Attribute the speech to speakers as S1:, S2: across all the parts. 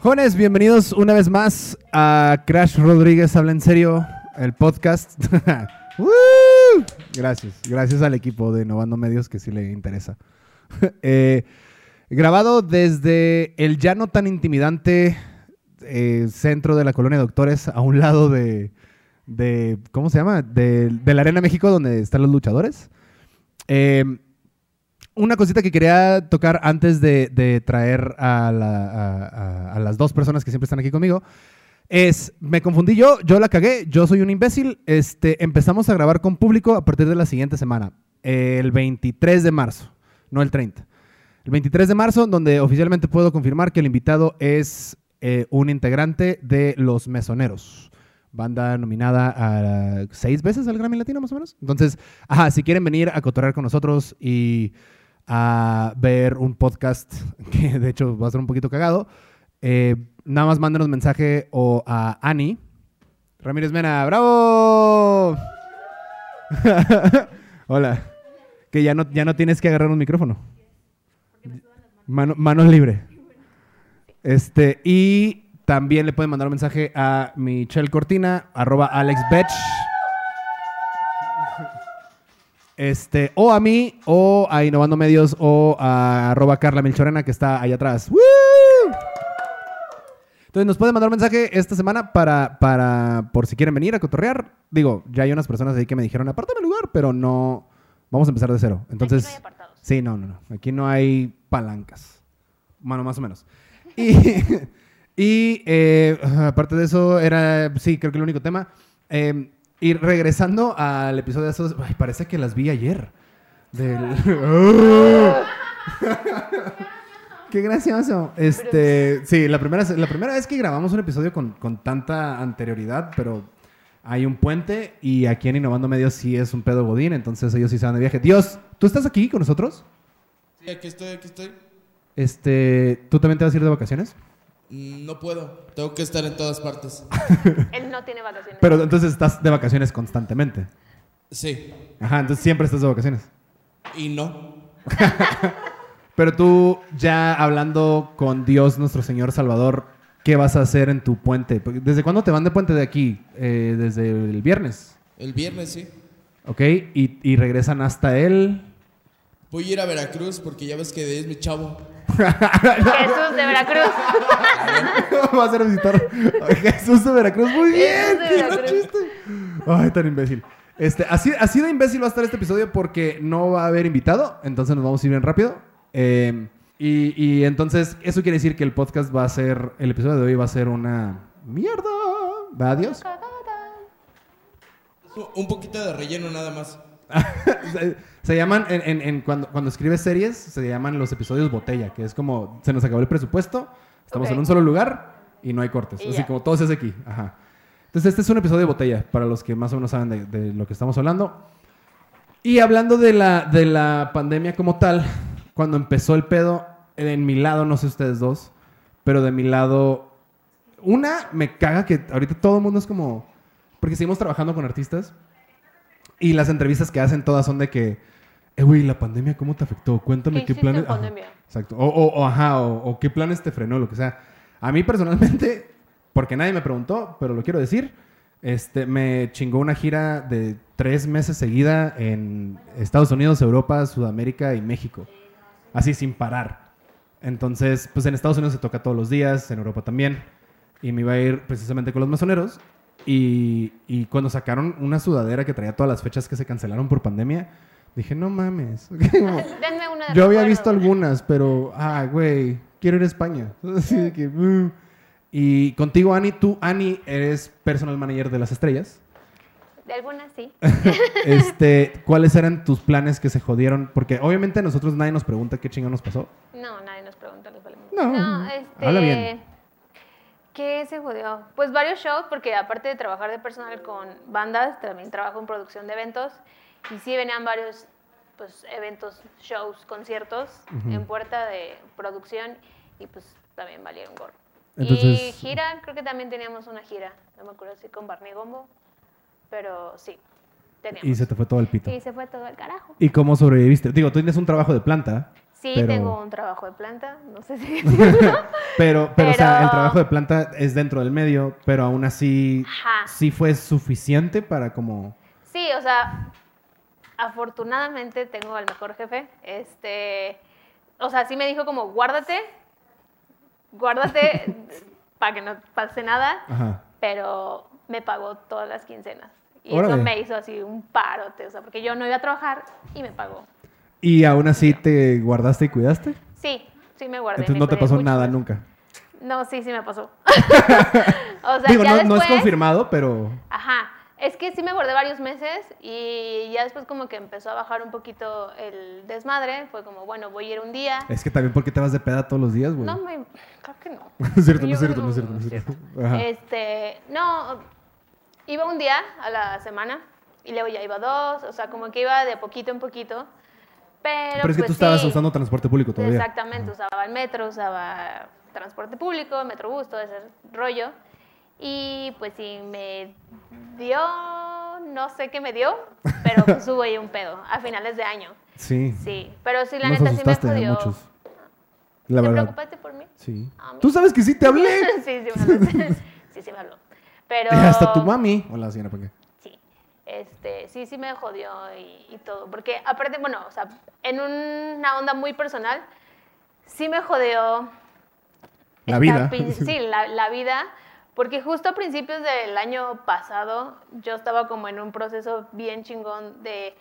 S1: Jóvenes, bienvenidos una vez más a Crash Rodríguez Habla en Serio, el podcast. ¡Woo! gracias, gracias al equipo de Novando Medios que sí le interesa. Eh, grabado desde el ya no tan intimidante eh, centro de la colonia Doctores, a un lado de, de ¿cómo se llama? De, de la Arena México, donde están los luchadores. Eh, una cosita que quería tocar antes de, de traer a, la- a- a- a las dos personas que siempre están aquí conmigo es, me confundí yo, yo la cagué, yo soy un imbécil. Este, empezamos a grabar con público a partir de la siguiente semana, el 23 de marzo, no el 30. El 23 de marzo, donde oficialmente puedo confirmar que el invitado es eh, un integrante de Los Mesoneros, banda nominada a seis veces al Grammy Latino, más o menos. Entonces, ajá, si quieren venir a cotorrear con nosotros y a ver un podcast que de hecho va a ser un poquito cagado, eh, nada más mándenos mensaje o a Ani. Ramírez Mena, ¡bravo! Hola. Que ya no, ya no tienes que agarrar un micrófono. Mano, manos libre. Este, y también le pueden mandar un mensaje a Michelle Cortina, arroba Alex Betch. Este, o a mí, o a Innovando Medios, o a arroba Carla Milchorena, que está allá atrás. ¡Woo! Entonces nos pueden mandar mensaje esta semana para, para, por si quieren venir a cotorrear. Digo, ya hay unas personas ahí que me dijeron, apártame lugar, pero no, vamos a empezar de cero. Entonces,
S2: Aquí no hay apartados.
S1: sí, no, no, no, aquí no hay palancas. Bueno, más o menos. Y, y, eh, aparte de eso, era, sí, creo que el único tema. Eh, y regresando al episodio de esos, ay, parece que las vi ayer. Del... ¡Oh! ¡Qué gracioso! Este, sí, la primera, la primera vez que grabamos un episodio con, con tanta anterioridad, pero hay un puente y aquí en Innovando Medios sí es un pedo godín, entonces ellos sí se van de viaje. Dios, ¿tú estás aquí con nosotros?
S3: Sí, aquí estoy, aquí estoy.
S1: Este, ¿tú también te vas a ir de vacaciones?
S3: Mm, No puedo, tengo que estar en todas partes.
S2: Él no tiene vacaciones.
S1: Pero entonces estás de vacaciones constantemente.
S3: Sí,
S1: Ajá, entonces siempre estás de vacaciones.
S3: y no.
S1: Pero tú, ya hablando con Dios, nuestro Señor Salvador, ¿qué vas a hacer en tu puente? Porque, ¿Desde cuándo te van de puente de aquí? Eh, desde el viernes,
S3: El viernes sí.
S1: ¿ok? Y, y regresan hasta él.
S3: Voy a ir a Veracruz porque ya ves que de ahí es mi chavo.
S2: Jesús de Veracruz.
S1: vas a visitar a Jesús de Veracruz. Muy bien,
S2: de
S1: qué
S2: Veracruz.
S1: chiste. Ay, tan imbécil. Este, así, así de imbécil va a estar este episodio porque no va a haber invitado, entonces nos vamos a ir bien rápido. Eh, y, y entonces, eso quiere decir que el podcast va a ser, el episodio de hoy va a ser una mierda. Va, adiós.
S3: U- Un poquito de relleno nada más.
S1: se, se llaman, en, en- en cuando, cuando escribes series, se llaman los episodios botella, que es como, se nos acabó el presupuesto, estamos
S2: Ok.
S1: en un solo lugar y no hay cortes.
S2: Y
S1: así
S2: ya.
S1: como todo se hace aquí. Ajá. Entonces, este es un episodio de botella, para los que más o menos saben de, de lo que estamos hablando. Y hablando de la, de la pandemia como tal, cuando empezó el pedo, eh, en mi lado, no sé ustedes dos, pero de mi lado, una, me caga que ahorita todo el mundo es como, porque seguimos trabajando con artistas y las entrevistas que hacen todas son de que, eh, güey, la pandemia, ¿cómo te afectó? Cuéntame
S2: ¿Qué
S1: qué,
S2: hiciste
S1: planes...
S2: en
S1: Ajá,
S2: pandemia?
S1: exacto. O, o- o, ajá, o, o qué planes te frenó, lo que sea. A mí personalmente, porque nadie me preguntó, pero lo quiero decir, este, me chingó una gira de tres meses seguida en Estados Unidos, Europa, Sudamérica y México. Así sin parar. Entonces, pues en Estados Unidos se toca todos los días, en Europa también. Y me iba a ir precisamente con los masoneros. Y, y cuando sacaron una sudadera que traía todas las fechas que se cancelaron por pandemia, dije, no mames. Como,
S2: Denme una de
S1: Yo había
S2: recuerdo.
S1: visto algunas, pero, ah, güey, quiero ir a España. Así de que, mm. Y contigo, Ani, tú, Ani, eres personal manager de las estrellas.
S2: De algunas sí.
S1: Este, ¿Cuáles eran tus planes que se jodieron? Porque obviamente a nosotros nadie nos pregunta qué chinga nos pasó.
S2: No, nadie nos pregunta los valemos.
S1: No,
S2: este.
S1: habla bien.
S2: ¿Qué se jodió? Pues varios shows, porque aparte de trabajar de personal con bandas, también trabajo en producción de eventos. Y sí venían varios pues, eventos, shows, conciertos en puerta de producción y pues también valieron gorro. y
S1: Entonces-
S2: gira, creo que también teníamos una gira, no me acuerdo si con Barney Gombo, pero sí, teníamos.
S1: Y se te fue todo el pito.
S2: Y se fue todo al carajo.
S1: ¿Y cómo sobreviviste? Digo, tú tienes un trabajo de planta.
S2: Sí,
S1: Pero-
S2: tengo un trabajo de planta, no sé si decirlo.
S1: Pero, pero, o sea, el
S2: Pero-
S1: trabajo de planta es dentro del medio, pero aún así
S2: Ajá.
S1: sí fue suficiente para como...
S2: Sí, o sea, afortunadamente tengo al mejor jefe. Este, o sea, sí me dijo como, guárdate, guárdate para que no pase nada,
S1: Ajá.
S2: pero me pagó todas las quincenas. Y
S1: Órale.
S2: eso me hizo así un parote, o sea, porque yo no iba a trabajar y me pagó.
S1: Y aún así te guardaste y cuidaste.
S2: Sí, sí me guardé.
S1: Entonces
S2: me
S1: no te
S2: cuidé
S1: pasó
S2: mucho
S1: nada
S2: más.
S1: nunca.
S2: No, sí, sí me pasó. o sea,
S1: Digo,
S2: ya
S1: no, no es
S2: después-
S1: confirmado, pero...
S2: Ajá. Es que sí me guardé varios meses y ya después como que empezó a bajar un poquito el desmadre. Fue como, bueno, voy a ir un día.
S1: Es que también porque te vas de peda todos los días, güey.
S2: No me... Creo que no.
S1: es cierto, no
S2: Yo
S1: es cierto,
S2: creo
S1: no es cierto, no es cierto. Ajá.
S2: Este, no, iba un día a la semana y luego ya iba dos. O sea, como que iba de poquito en poquito. Pero,
S1: Pero es que
S2: pues,
S1: tú estabas
S2: sí.
S1: usando transporte público todavía.
S2: Exactamente, usaba el metro, usaba transporte público, metrobús, todo ese rollo. Y pues sí, me dio, no sé qué me dio, pero pues hubo ahí un pedo a finales de año.
S1: Sí.
S2: Sí, pero sí, la
S1: Nos
S2: neta sí me
S1: asustaste a
S2: jodió.
S1: muchos. La
S2: ¿Te
S1: verdad.
S2: preocupaste por mí?
S1: Sí.
S2: Ah,
S1: Tú
S2: mira.
S1: sabes que sí te hablé.
S2: sí, sí me habló. sí, sí me habló. Pero...
S1: Hasta tu mami. Hola, señora Panque.
S2: Sí, este, sí, sí me jodió y, y todo. Porque aparte, bueno, o sea, en una onda muy personal, sí me jodió.
S1: La
S2: esta
S1: vida.
S2: pin- Sí, la, la vida. Porque justo a principios del año pasado, yo estaba como en un proceso bien chingón de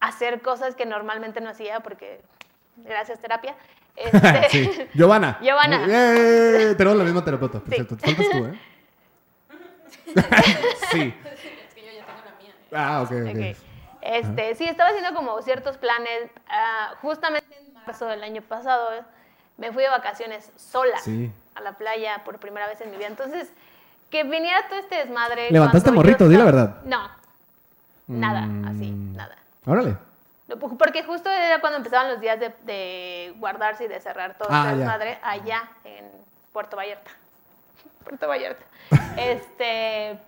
S2: hacer cosas que normalmente no hacía, porque gracias terapia. Este,
S1: sí. Giovanna.
S2: Giovanna.
S1: ¡Eh! Tenemos la misma terapeuta, por
S2: Sí.
S1: cierto. Te faltas tú, ¿eh? sí.
S4: Es que yo ya tengo la mía. ¿eh?
S1: Ah, ok, ok.
S2: Ok. Este, Sí, estaba haciendo como ciertos planes. ah, justamente en marzo del año pasado eh, me fui de vacaciones sola
S1: Sí.
S2: a la playa por primera vez en mi vida. Entonces, que viniera todo este desmadre.
S1: ¿Levantaste
S2: cuando
S1: morrito?
S2: yo
S1: Di la
S2: estaba-
S1: verdad.
S2: No. Nada, así,
S1: Mm.
S2: nada.
S1: Órale.
S2: No, pu- Porque justo era cuando empezaban los días de, de guardarse y de cerrar todo
S1: Ah,
S2: este
S1: ya.
S2: desmadre allá en Puerto Vallarta. Puerto Vallarta. este,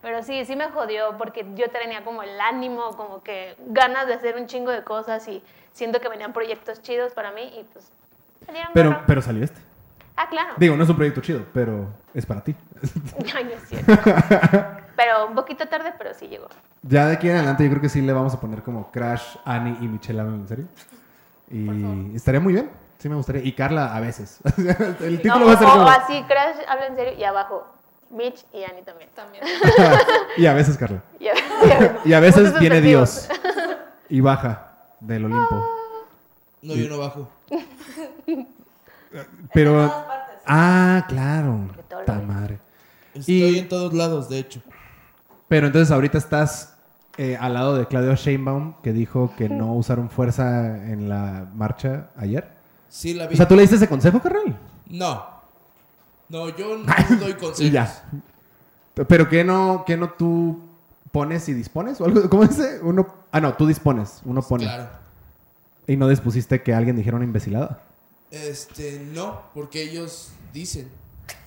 S2: pero sí, sí me jodió porque yo tenía como el ánimo, como que ganas de hacer un chingo de cosas y siento que venían proyectos chidos para mí y pues salieron
S1: Pero,
S2: gorro.
S1: pero salió este.
S2: Ah, claro.
S1: Digo, no es un proyecto chido, pero es para ti.
S2: Ay, no es cierto. pero un poquito tarde, pero sí llegó.
S1: Ya de aquí en adelante yo creo que sí le vamos a poner como Crash, Annie y Michelle Allen, en serio. Y estaría muy bien. Sí me gustaría. Y Carla a veces. El título
S2: No,
S1: va a ser
S2: o-
S1: como...
S2: o así, Crash habla en serio y abajo Mitch y Annie también.
S4: También.
S1: y a veces Carla.
S2: Y a veces,
S1: Y a veces
S2: Puntos
S1: viene
S2: suspensivos.
S1: Dios y baja del Olimpo.
S2: Ah.
S3: No, yo no bajo.
S1: Pero...
S4: todas partes.
S1: Ah, claro.
S2: Porque todo lo
S1: Ta
S2: ve.
S1: madre.
S3: Estoy
S1: Y-
S3: en todos lados, de hecho.
S1: Pero entonces ahorita estás eh, al lado de Claudio Sheinbaum, que dijo que no usaron fuerza en la marcha ayer.
S3: Sí, la
S1: O
S3: vi.
S1: sea, ¿tú le diste ese consejo, carnal?
S3: No. No, yo no doy
S1: Y
S3: consejos.
S1: ya. ¿Pero qué no, qué no tú pones y dispones? ¿O algo? ¿Cómo dice? Uno... Ah, no, tú dispones, uno pone.
S3: Claro.
S1: Y no dispusiste que alguien dijera una imbecilada.
S3: Este, no, porque ellos dicen.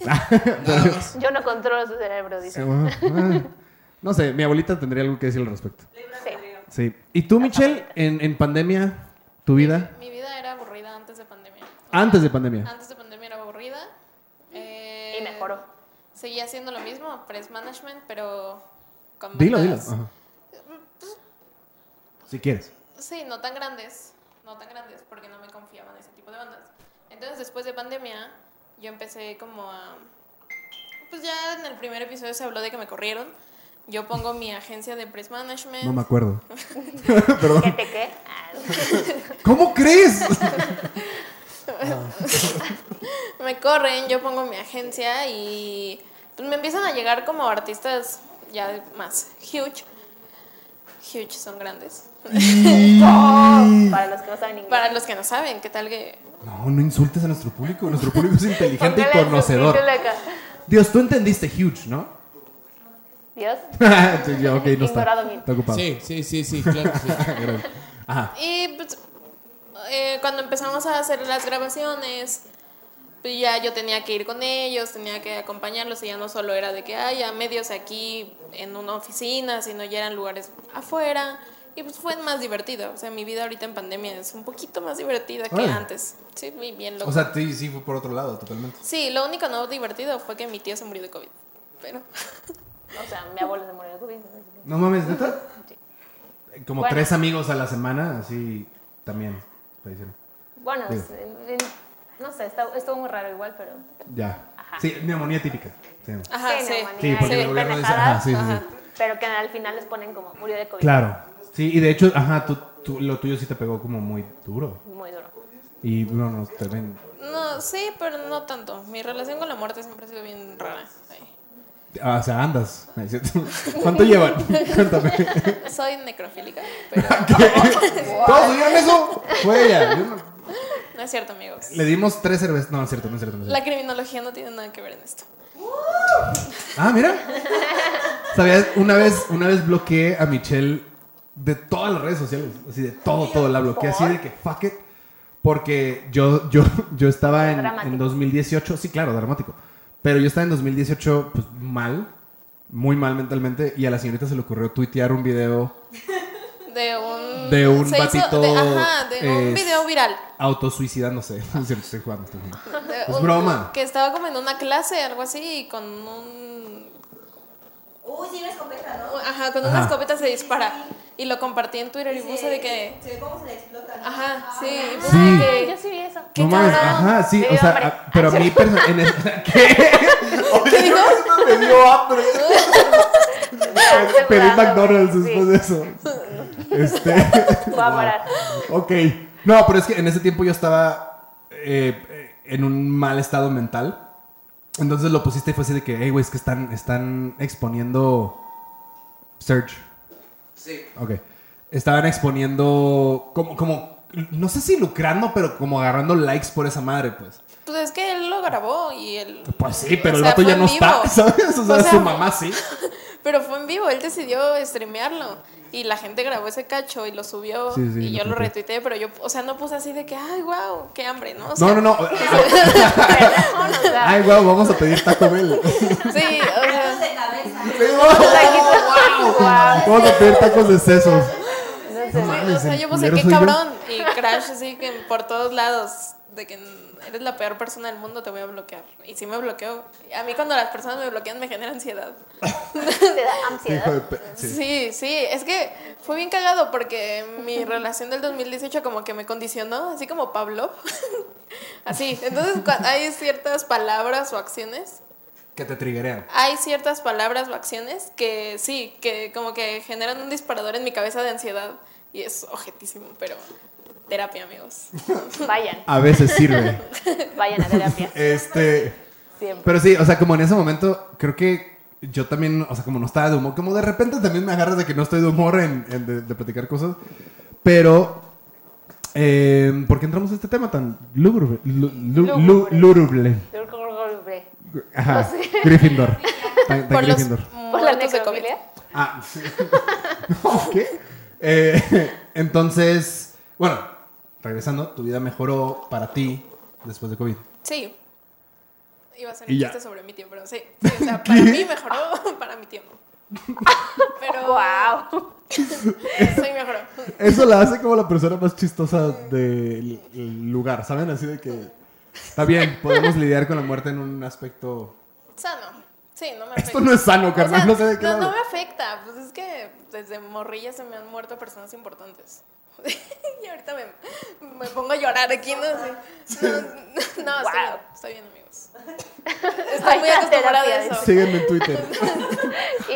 S3: Nada más.
S2: Yo no controlo su cerebro, dice.
S1: Ah, ah. No sé, mi abuelita tendría algo que decir al respecto.
S2: Sí.
S1: Sí. ¿Y tú, Michelle, en, en pandemia, tu vida?
S4: Mi vida era aburrida antes de pandemia.
S1: Antes de pandemia.
S4: Antes de pandemia era aburrida. eh,
S2: Y mejoró.
S4: Seguía haciendo lo mismo, press management, pero con
S1: Dilo, dilo.
S4: metas-
S1: Ajá. Si quieres.
S4: Sí, no tan grandes, no tan grandes, porque no me confiaban ese tipo de bandas. Entonces, después de pandemia, yo empecé como a... Pues ya en el primer episodio se habló de que me corrieron. Yo pongo mi agencia de press management.
S1: No me acuerdo.
S2: ¿Qué te qué? Ah,
S1: ¿Cómo crees?
S4: me corren, yo pongo mi agencia y pues me empiezan a llegar como artistas ya más huge. Huge son grandes.
S2: no, Para los que no saben inglés.
S4: Para los que no saben, ¿qué tal que
S1: No, no insultes a nuestro público. Nuestro público es inteligente y
S2: Póngale el
S1: conocedor.
S2: subtítulo acá.
S1: Dios, tú entendiste huge, ¿no?
S2: Dios.
S1: Sí, ya, ok, no
S2: Ignorado
S1: está.
S2: mío.
S1: Está ocupado.
S3: Sí, sí, sí, sí, claro. sí.
S1: Gracias. Ajá.
S4: Y pues, eh, cuando empezamos a hacer las grabaciones, pues ya yo tenía que ir con ellos, tenía que acompañarlos y ya no solo era de que, ay, a medios aquí en una oficina, sino ya eran lugares afuera. Y pues fue más divertido. O sea, mi vida ahorita en pandemia es un poquito más divertida que
S5: Órale.
S4: antes. Sí, muy bien loco.
S1: O sea, sí, sí fue por otro lado, totalmente.
S4: sí, lo único no divertido fue que mi tío se murió de COVID. Pero
S2: O sea, mi abuelo se murió de COVID. ¿no? Así que-
S1: No mames, ¿neta?
S2: sí.
S1: Como
S2: Bueno.
S1: tres amigos a la semana, así también. fallecieron.
S2: Bueno,
S1: Digo.
S2: es- en- en- no sé, está- estuvo muy raro igual, pero...
S1: Ya. Sí, neumonía típica. Sí.
S4: Ajá,
S2: Sí,
S4: sí.
S2: neumonía.
S1: Sí, porque
S4: Sí,
S1: el gobierno dice,
S2: pendejadas,
S1: ajá, sí, sí, sí.
S4: Ajá.
S2: Pero que al final les ponen como murió de COVID.
S1: Claro. Sí, y de hecho, ajá, tú, tú- lo tuyo sí te pegó como muy duro.
S2: Muy duro.
S1: Y no, no, te ven.
S4: No, sí, pero no tanto. Mi relación con la muerte siempre ha sido bien rara. Sí.
S1: Ah, o sea, andas. Ay, ¿cierto? ¿Cuánto llevan? Cuéntame.
S4: Soy necrofílica, pero
S1: ¿Todos oyeron eso? Fue ella. Yo no-
S4: no es cierto, amigos.
S1: Le dimos tres cervezas. No, no es cierto, no es cierto. No es
S4: La
S1: cierto.
S4: criminología no tiene nada que ver en esto.
S1: Ah, mira. ¿Sabías? Una vez, una vez bloqueé a Michelle de todas las redes sociales. Así de todo, todo. La bloqueé así de que fuck it. Porque yo, yo, yo estaba en,
S2: Dramático.
S1: en 2018. Sí, claro, dramático. Pero yo estaba en 2018, pues mal. Muy mal mentalmente. Y a la señorita se le ocurrió tuitear un video
S4: De un.
S1: De un
S4: se hizo-
S1: batito,
S4: de- ajá, de un
S1: es-
S4: video viral.
S1: autosuicidándose. No es cierto, estoy jugando, estoy jugando.
S4: De
S1: Es
S4: un-
S1: broma.
S4: Que estaba como en una clase, algo así, y con un.
S6: Uy, sí, una escopeta, ¿no?
S4: Ajá, con una
S1: Ajá.
S4: escopeta se dispara. Y lo compartí en Twitter y puse de que.
S6: Se ve cómo se le explota. ¿no?
S4: Ajá,
S7: Ah,
S4: sí. y puse
S1: Sí.
S4: de
S2: Ay,
S4: que-
S2: yo sí vi eso.
S4: ¿Qué
S1: no mames,
S4: cabrón?
S1: ajá, sí,
S2: Me
S1: o
S2: dio
S1: sea,
S2: hambre.
S1: a- pero a mí perso- en es- ¿Qué?
S4: ¿Qué dijo?
S1: Me dio hambre.
S2: Ah,
S1: Pedí
S2: Asegurando,
S1: McDonald's
S2: sí.
S1: después de eso. Este.
S2: Voy a parar.
S1: Ok. No, pero es que en ese tiempo yo estaba eh, eh, en un mal estado mental. Entonces lo pusiste y fue así de que, hey, güey, es que están, están exponiendo. Search. Sí. Ok. Estaban exponiendo. Como, como. No sé si lucrando, pero como agarrando likes por esa madre, pues.
S4: Pues es que él lo grabó y él.
S1: Pues sí, pero
S4: O
S1: el
S4: sea,
S1: vato
S4: fue
S1: ya
S4: en
S1: no está,
S4: vivo.
S1: ¿sabes? O sea,
S4: O sea,
S1: su mamá sí.
S4: Pero fue en vivo, él decidió streamearlo. Y la gente grabó ese cacho y lo subió.
S1: Sí, sí,
S4: y
S1: lo
S4: yo lo
S1: tuiteé.
S4: retuiteé, pero yo, o sea, no puse así de que, ay, wow, qué hambre, ¿no? O sea,
S1: No, no, no.
S2: Vámonos, ya.
S1: Ay, guau, vamos a pedir Taco Bell.
S4: Sí, o
S6: Tacos
S4: sea,
S6: de cabeza.
S2: Guau.
S1: Vamos a pedir tacos de sesos.
S4: sí,
S1: mames,
S4: o sea,
S1: el
S4: yo puse
S1: culero
S4: qué
S1: soy yo".
S4: cabrón. Y Crash así que por todos lados, de que mm, eres la peor persona del mundo, te voy a bloquear. Y sí me bloqueó. A mí cuando las personas me bloquean me genera ansiedad.
S2: Te da
S1: Hijo de
S2: ansiedad.
S1: pe-
S4: Sí.
S1: sí.
S4: sí, es que fue bien cagado porque mi relación del 2018 como que me condicionó, así como Pablo. así, entonces cua- hay ciertas palabras o acciones,
S1: Que te triggerean.
S4: hay ciertas palabras o acciones que sí, que como que generan un disparador en mi cabeza de ansiedad y es objetísimo, pero terapia, amigos.
S2: Vayan,
S1: A veces sirve.
S2: vayan a terapia.
S1: este.
S2: Siempre.
S1: Pero sí, o sea, como en ese momento, creo que yo también, o sea, como no estaba de humor, como de repente también me agarras de que no estoy de humor en, en de, de platicar cosas. Pero. eh, ¿Por qué entramos a este tema tan lúgubre? Lu- lu- lu-
S2: Lúgubre.
S1: lúgubre. Ajá. Gryffindor. Tan- tan
S4: Por los
S1: Gryffindor.
S2: Por la
S4: muertos de COVID.
S2: necrofilia.
S1: Ah, sí. No, ¿qué? Eh, entonces, bueno, regresando, tu vida mejoró para ti después de COVID.
S4: Sí. Iba a ser
S1: Y
S4: un
S1: ya.
S4: chiste sobre mi tío, pero sí. sí, o sea, para mí mejoró, para mi tío. no. Pero
S2: Wow.
S4: sí mejoró.
S1: Eso la hace como la persona más chistosa del el lugar, ¿saben? Así de que está bien, podemos lidiar con la muerte en un aspecto.
S4: Sano. Sí, no me afecta.
S1: Esto no es sano,
S4: O sea,
S1: carnal, no sé de qué.
S4: no,
S1: hablo.
S4: no me afecta. Pues es que desde morrilla se me han muerto personas importantes. y ahorita me, me pongo a llorar aquí, ¿no? Sí. No, no, estoy bien, estoy bien, amigos. Estoy muy
S2: Vayan a
S4: acostumbrada a
S2: terapia,
S4: eso.
S1: Síguenme en Twitter.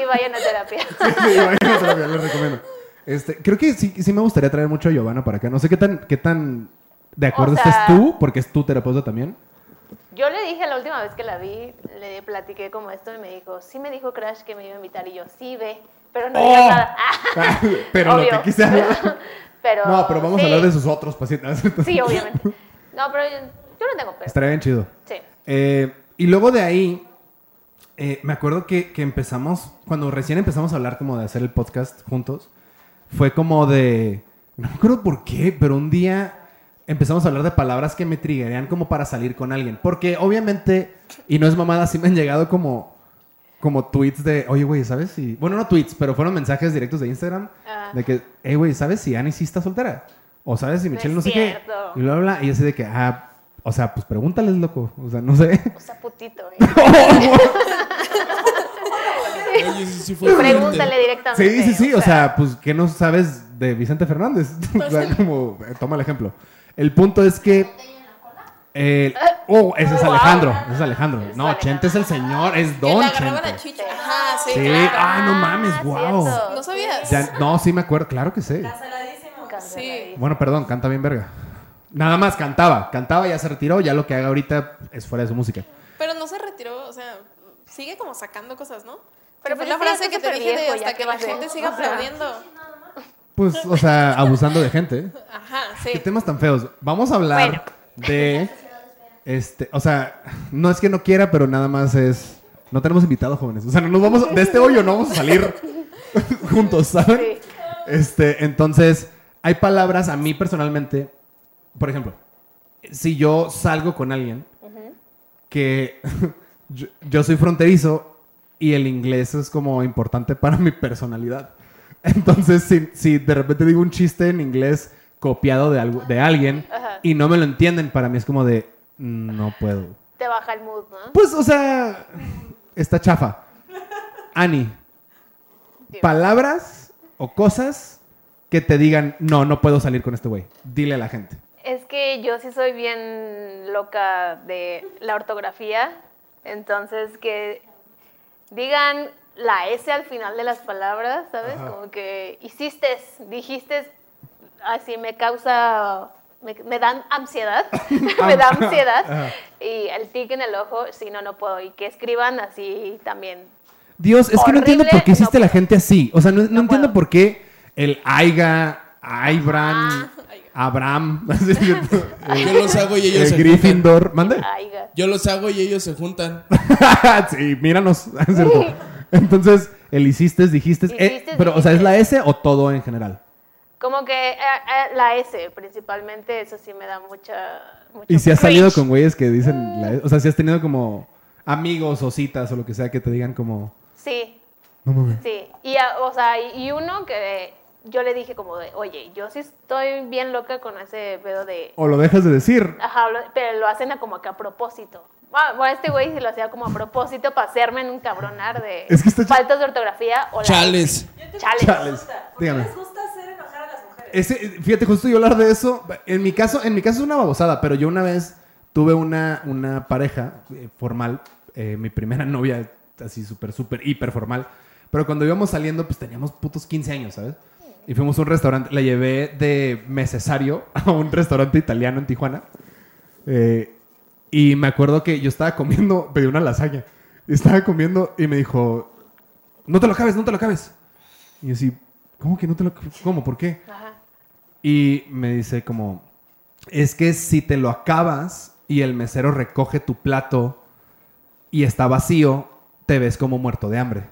S2: Y vayan a terapia.
S1: Sí, vayan a terapia, les recomiendo. Este, creo que sí, sí me gustaría traer mucho a Giovanna para acá. No sé qué tan, qué tan de acuerdo
S2: O sea-
S1: estés tú, porque es tu terapeuta también.
S2: Yo le dije la última vez que la vi, le platiqué como esto y me dijo, sí me dijo Crash que me iba a invitar y yo, sí ve, pero no digas
S1: ¡Oh!
S2: nada.
S1: Ah, pero lo que
S2: Obvio.
S1: quise hablar.
S2: Pero,
S1: No, pero vamos
S2: sí,
S1: a hablar de sus otros pacientes.
S2: Sí, obviamente. No, pero yo, yo no tengo pero.
S1: Estaría bien chido.
S2: Sí.
S1: Eh, y luego de ahí, eh, me acuerdo que, que empezamos, cuando recién empezamos a hablar como de hacer el podcast juntos, fue como de, no me acuerdo por qué, pero un día empezamos a hablar de palabras que me triggerían como para salir con alguien. Porque obviamente, y no es mamada, sí me han llegado como
S8: como tweets de, oye, güey, ¿sabes si...? Bueno, no tweets, pero fueron mensajes directos de Instagram
S2: Ah.
S8: de que, hey, güey, ¿sabes si Annie sí está soltera? O ¿sabes si
S2: No
S8: Michelle
S2: es
S8: no, sé qué?
S2: cierto.
S8: Y bla, bla, bla. Y yo así de que, ah, o sea, pues pregúntales, loco. O sea, no sé.
S2: O sea, putito, ¿eh?
S3: Oye, sí, sí fue fuerte.
S2: Pregúntale directamente.
S8: Sí, sí, sí. O sea, pues, ¿qué no sabes de Vicente Fernández? o sea, como, eh, toma el ejemplo. El punto es que. El, oh, ese es
S2: Wow.
S8: Alejandro. Ese es Alejandro.
S2: Ese es
S8: No, Chente es el señor, es
S4: Que
S8: Don
S4: le agarraban a
S8: Chente.
S4: Chicho. Ajá, sí.
S8: Sí,
S4: claro.
S8: ah, no mames,
S2: Ah,
S8: guau.
S2: cierto.
S4: No sabías.
S8: Ya- no, sí me acuerdo, claro que sí.
S7: Canceladísimo.
S2: Canceladísimo.
S8: Bueno, perdón, canta bien verga. Nada más cantaba, cantaba, ya se retiró, ya lo que haga ahorita es fuera de su música.
S4: Pero no se retiró, o sea, sigue como sacando cosas, ¿no?
S2: Pero pues
S4: Pero fue
S2: es
S4: la
S2: que ya está
S4: frase que te dije
S2: superviejo,
S4: de
S2: ya
S4: hasta
S2: que
S4: que la
S2: hace.
S4: gente siga
S2: O sea.
S4: aplaudiendo.
S8: Pues, o sea, abusando de gente.
S4: Ajá,
S8: Qué
S4: sí.
S8: temas tan feos. Vamos a hablar
S2: Bueno.
S8: de. Este, o sea, no es que no quiera, pero nada más es. No tenemos invitados jóvenes. O sea, no nos vamos. De este hoyo no vamos a salir juntos, ¿saben?
S2: Sí.
S8: Este, entonces, hay palabras a mí personalmente. Por ejemplo, si yo salgo con alguien que yo, yo soy fronterizo y el inglés es como importante para mi personalidad. Entonces, si, si de repente digo un chiste en inglés copiado de, algo, de alguien
S2: Ajá.
S8: y no me lo entienden, para mí es como de, "Mm, no puedo.
S2: Te baja el mood, ¿no?
S8: Pues, o sea, está chafa. Ani,
S2: Digo,
S8: palabras o cosas que te digan, no, no puedo salir con este güey. Dile a la gente.
S2: Es que yo sí soy bien loca de la ortografía, entonces que digan la S al final de las palabras, ¿sabes? Como que hiciste, dijiste, así me causa, me, me dan ansiedad, me da ansiedad. y el tic en el ojo, si no, no puedo. Y que escriban así también.
S8: Dios, es que no entiendo
S2: Horrible,
S8: por qué hiciste
S2: no
S8: la gente así. O sea, no, no
S2: No
S8: entiendo
S2: puedo.
S8: por qué el Aiga, Aibran, Abraham, así que-
S3: Yo los hago y ellos
S8: el
S3: se juntan.
S8: Gryffindor. ¿Mande?
S2: Ay, ga-
S3: Yo los hago y ellos se juntan.
S8: sí, míranos. es cierto. Entonces, el hiciste, dijiste. eh,
S2: Hiciste,
S8: pero, o sea, ¿es
S2: dijiste.
S8: la S o todo en general?
S2: Como que eh, eh, la S principalmente, eso sí me da mucha... mucho
S8: Y si has salido
S2: cringe.
S8: con güeyes que dicen la S, O sea, si has tenido como amigos o citas o lo que sea que te digan como.
S2: Sí,
S8: No mames.
S2: Sí, y, ah, o sea, y y uno que yo le dije como de, oye, yo sí estoy bien loca con ese pedo de,
S8: O lo dejas de decir.
S2: ajá, lo- pero lo hacen a como que a propósito. Ah, Bueno, este güey sí lo hacía como a propósito para hacerme en un cabronar de
S8: Es que está ch-
S2: faltas de ortografía o la-
S3: Chales.
S2: Chales.
S8: Chales.
S7: ¿Por qué
S8: Dígame. Eh,
S7: les gusta hacer enojar a las mujeres?
S8: Ese- fíjate, justo yo hablar de eso. En mi caso, en mi caso es una babosada, pero yo una vez tuve una, una pareja eh, formal, eh, mi primera novia, así súper, súper, hiper formal. Pero cuando íbamos saliendo, pues teníamos putos 15 años, ¿sabes? Y fuimos a un restaurante, la llevé de necesario a un restaurante italiano en Tijuana. Eh, y me acuerdo que yo estaba comiendo, pedí una lasaña. Estaba comiendo y me dijo, no te lo acabes, no te lo acabes. Y yo así, ¿cómo que no te lo ¿Cómo? ¿Por qué?
S2: Ajá.
S8: Y me dice como, es que si te lo acabas y el mesero recoge tu plato y está vacío, te ves como muerto de hambre.